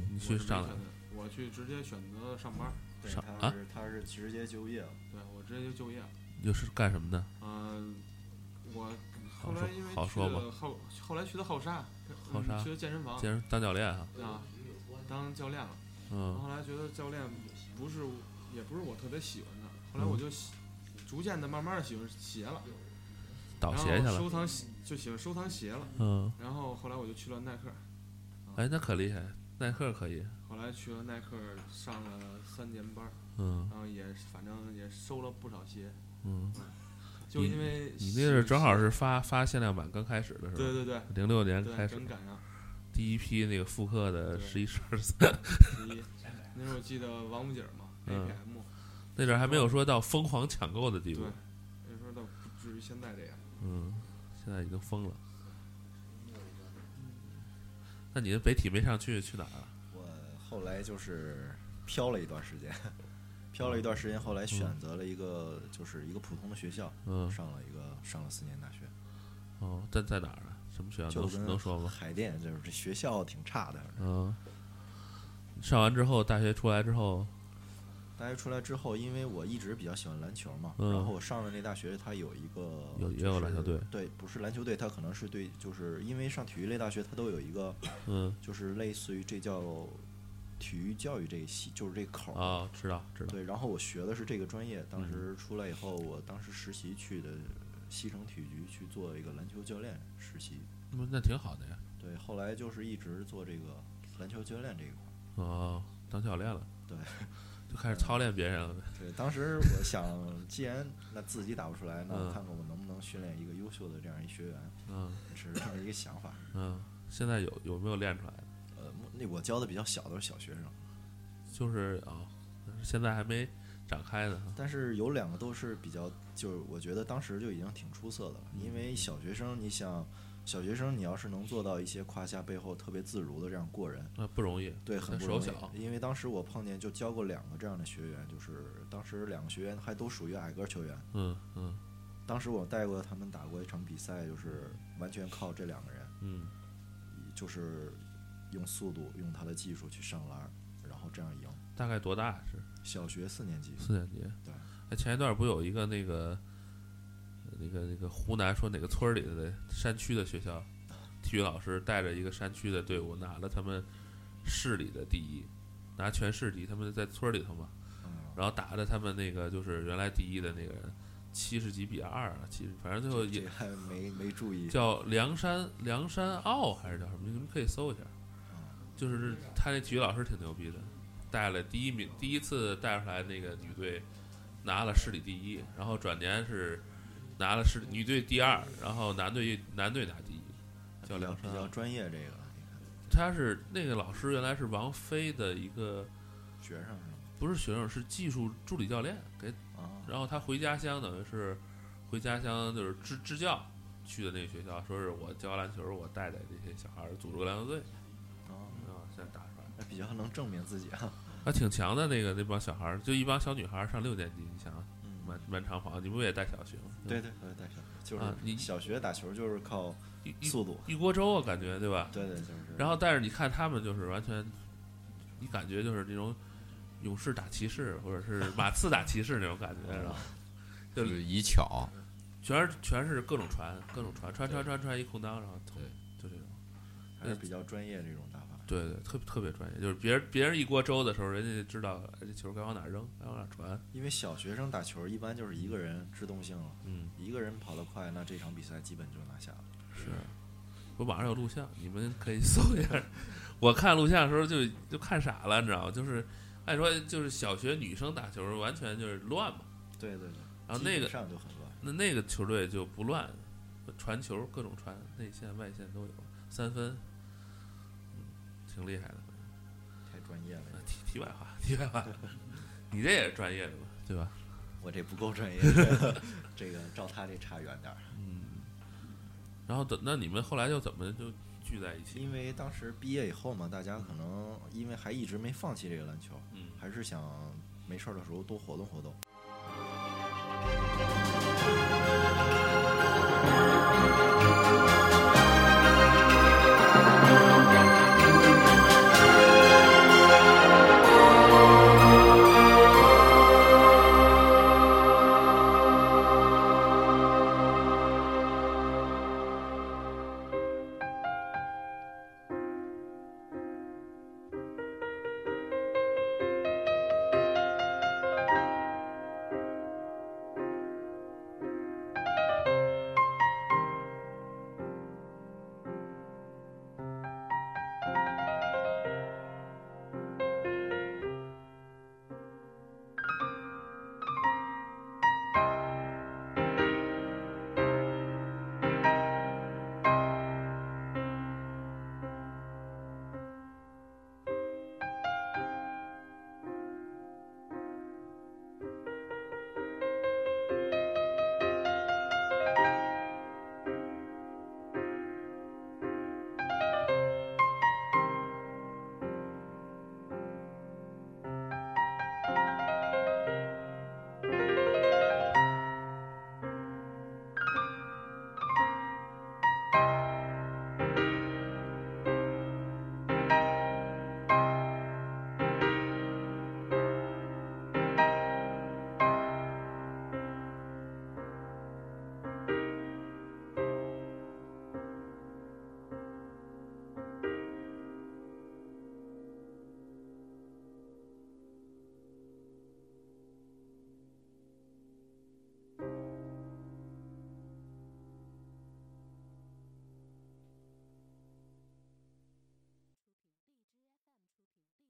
[SPEAKER 2] 你
[SPEAKER 6] 我
[SPEAKER 2] 去
[SPEAKER 6] 是没
[SPEAKER 2] 上
[SPEAKER 6] 选
[SPEAKER 2] 哪？
[SPEAKER 6] 择我去直接选择上班儿，
[SPEAKER 5] 对，
[SPEAKER 2] 啥
[SPEAKER 5] 他是他是直接就业了，
[SPEAKER 6] 对我直接就就业了。
[SPEAKER 2] 又是干什么的？
[SPEAKER 6] 嗯，我
[SPEAKER 2] 好
[SPEAKER 6] 后来
[SPEAKER 2] 说
[SPEAKER 6] 因为
[SPEAKER 2] 好
[SPEAKER 6] 去
[SPEAKER 2] 说吧啊
[SPEAKER 6] 了后后来去的后沙，
[SPEAKER 2] 后
[SPEAKER 6] 嗯
[SPEAKER 2] 沙
[SPEAKER 6] 去的健身房
[SPEAKER 2] 既然当教练啊，
[SPEAKER 6] 啊，当教练了。然后
[SPEAKER 2] 嗯
[SPEAKER 6] 后来觉得教练不是，也不是我特别喜欢的。
[SPEAKER 2] 嗯
[SPEAKER 6] 后来我就喜逐渐的、慢慢的喜欢鞋了，
[SPEAKER 2] 倒
[SPEAKER 6] 然
[SPEAKER 2] 鞋去
[SPEAKER 6] 后
[SPEAKER 2] 了，
[SPEAKER 6] 收藏鞋就喜欢收藏鞋了。
[SPEAKER 2] 嗯，
[SPEAKER 6] 然后后来我就去了耐克，
[SPEAKER 2] 哎，那可厉害，耐克可以，
[SPEAKER 6] 后来去了耐克上了三年班儿，
[SPEAKER 2] 嗯
[SPEAKER 6] 然后也是反正也收了不少鞋，
[SPEAKER 2] 嗯，
[SPEAKER 6] 就因为
[SPEAKER 2] 你
[SPEAKER 6] 喜
[SPEAKER 2] 那是正好是发发限量版刚开始的时
[SPEAKER 6] 对
[SPEAKER 2] 候，
[SPEAKER 6] 对对
[SPEAKER 2] 零六年
[SPEAKER 6] 对，
[SPEAKER 2] 开始
[SPEAKER 6] 真赶上
[SPEAKER 2] 第一批那个复刻的
[SPEAKER 6] 对
[SPEAKER 2] 十一、十二、
[SPEAKER 6] 十一，那时候我记得王府井嘛
[SPEAKER 2] 嗯
[SPEAKER 6] ，APM，
[SPEAKER 2] 那阵儿还没有说到疯狂抢购的地步
[SPEAKER 6] 嗯对，，那时候倒不至于现在这样。
[SPEAKER 2] 嗯，现在已经疯了。那你的北体没上去，去哪儿了？
[SPEAKER 5] 我后来就是飘了一段时间，飘了一段时间，后来选择了一个就是一个普通的学校，
[SPEAKER 2] 嗯，
[SPEAKER 5] 上了一个上了四年大学，
[SPEAKER 2] 哦，但在哪儿啊？什么学校
[SPEAKER 5] 就
[SPEAKER 2] 能能说
[SPEAKER 5] 跟
[SPEAKER 2] 吗？
[SPEAKER 5] 海淀就是这学校挺差的。
[SPEAKER 2] 嗯，上完之后，大学出来之后，
[SPEAKER 5] 大学出来之后，因为我一直比较喜欢篮球嘛，
[SPEAKER 2] 嗯
[SPEAKER 5] 然后我上的那大学它有一个
[SPEAKER 2] 有
[SPEAKER 5] 就是
[SPEAKER 2] 也有篮球队
[SPEAKER 5] 对，不是篮球队，它可能是对，就是因为上体育类大学它都有一个
[SPEAKER 2] 嗯，
[SPEAKER 5] 就是类似于这叫体育教育这一系，就是这口儿
[SPEAKER 2] 啊，知道知道，
[SPEAKER 5] 对，然后我学的是这个专业，当时出来以后，我当时实习去的西城体育局去做一个篮球教练实习。
[SPEAKER 2] 那那挺好的呀，
[SPEAKER 5] 对，后来就是一直做这个篮球教练这一块儿。
[SPEAKER 2] 哦，当教练了，
[SPEAKER 5] 对，
[SPEAKER 2] 就开始操练别人了呗，
[SPEAKER 5] 对，当时我想，既然那自己打不出来，那我
[SPEAKER 2] 嗯
[SPEAKER 5] 看看我能不能训练一个优秀的这样一学员，
[SPEAKER 2] 嗯
[SPEAKER 5] 是这么一个想法。
[SPEAKER 2] 嗯，现在有有没有练出来？
[SPEAKER 5] 呃，那我教的比较小都是小学生，
[SPEAKER 2] 就是啊、现在还没展开呢，
[SPEAKER 5] 但是有两个都是比较，就是我觉得当时就已经挺出色的了。因为小学生，你想，小学生你要是能做到一些胯下背后特别自如的这样过人，
[SPEAKER 2] 那不容易，
[SPEAKER 5] 对，
[SPEAKER 2] 他
[SPEAKER 5] 很不
[SPEAKER 2] 手
[SPEAKER 5] 容易
[SPEAKER 2] 小，。
[SPEAKER 5] 因为当时我碰见就教过两个这样的学员，就是当时两个学员还都属于矮个儿球员。
[SPEAKER 2] 嗯嗯
[SPEAKER 5] 当时我带过他们打过一场比赛，就是完全靠这两个人，
[SPEAKER 2] 嗯，
[SPEAKER 5] 就是用速度、用他的技术去上篮儿，然后这样赢。
[SPEAKER 2] 大概多大啊是？
[SPEAKER 5] 小学四年级，
[SPEAKER 2] 四年级。
[SPEAKER 5] 对
[SPEAKER 2] 哎，前一段不有一个那个，那个那个湖南说哪个村儿里的山区的学校，体育老师带着一个山区的队伍拿了他们市里的第一，拿全市第一，他们在村儿里头嘛，
[SPEAKER 5] 嗯，
[SPEAKER 2] 然后打着他们那个就是原来第一的那个人，七十几比二啊，七十，反正最后
[SPEAKER 5] 这
[SPEAKER 2] 也
[SPEAKER 5] 还没没注意。
[SPEAKER 2] 叫梁山梁山澳还是叫什么？你们可以搜一下，就是他那体育老师挺牛逼的，带了第一名，第一次带出来那个女队拿了市里第一，然后转年是拿了市女队第二，然后男队男队拿第一，叫梁
[SPEAKER 5] 比
[SPEAKER 2] 山
[SPEAKER 5] 较
[SPEAKER 2] 澳。
[SPEAKER 5] 专业这个，你看
[SPEAKER 2] 他是那个老师原来是王菲的一个
[SPEAKER 5] 学生是
[SPEAKER 2] 不是学生，是技术助理教练给
[SPEAKER 5] 吗？啊，
[SPEAKER 2] 然后他回家乡等于是回家乡就是支支教去的那个学校，说是我教篮球，我带带这些小孩儿组织个篮球队
[SPEAKER 5] 啊，
[SPEAKER 2] 啊，现在打出来了，
[SPEAKER 5] 那比较能证明自己啊。
[SPEAKER 2] 还挺强的那个那帮小孩儿，就一帮小女孩儿上六年级，你想想
[SPEAKER 5] 嗯
[SPEAKER 2] 满，满场跑，你不也带小学吗？嗯
[SPEAKER 5] 对，对对，对，就
[SPEAKER 2] 啊你
[SPEAKER 5] 是小学打球就是靠
[SPEAKER 2] 一一
[SPEAKER 5] 速度，
[SPEAKER 2] 一锅粥啊，感觉对吧？
[SPEAKER 5] 对对就是。
[SPEAKER 2] 然后但是你看他们就是完全，你感觉就是那种勇士打骑士，或者是马刺打骑士那种感觉，然后
[SPEAKER 7] 就
[SPEAKER 2] 就是
[SPEAKER 7] 以巧，
[SPEAKER 2] 全是全是各种传，各种传，传传传传一空当，然后投
[SPEAKER 7] 对
[SPEAKER 2] 就这种。
[SPEAKER 5] 还
[SPEAKER 2] 呃
[SPEAKER 5] 是比较专业这种打法。
[SPEAKER 2] 对对，特别特别专业，就是别人别人一锅粥的时候，人家就知道哎这球该往哪扔，该往哪传。
[SPEAKER 5] 因为小学生打球一般就是一个人制动性了，
[SPEAKER 2] 嗯，
[SPEAKER 5] 一个人跑得快，那这场比赛基本就拿下了。
[SPEAKER 2] 是。我网上有录像，你们可以搜一下。 我看录像的时候就就看傻了，你知道吗？就是按说就是小学女生打球完全就是乱嘛，
[SPEAKER 5] 对对对，
[SPEAKER 2] 然后那个
[SPEAKER 5] 上就很乱，
[SPEAKER 2] 那那个球队就不乱，传球各种传，内线外线都有，三分，嗯，挺厉害的。
[SPEAKER 5] 太专业了，
[SPEAKER 2] 啊题题外话，题外话， 你这也是专业的嘛，对吧？
[SPEAKER 5] 我这不够专 业，这个照他这差远点儿。
[SPEAKER 2] 嗯。然后等那你们后来又怎么就聚在一起？
[SPEAKER 5] 因为当时毕业以后嘛，大家可能因为还一直没放弃这个篮球，
[SPEAKER 2] 嗯，
[SPEAKER 5] 还是想没事儿的时候多活动活动。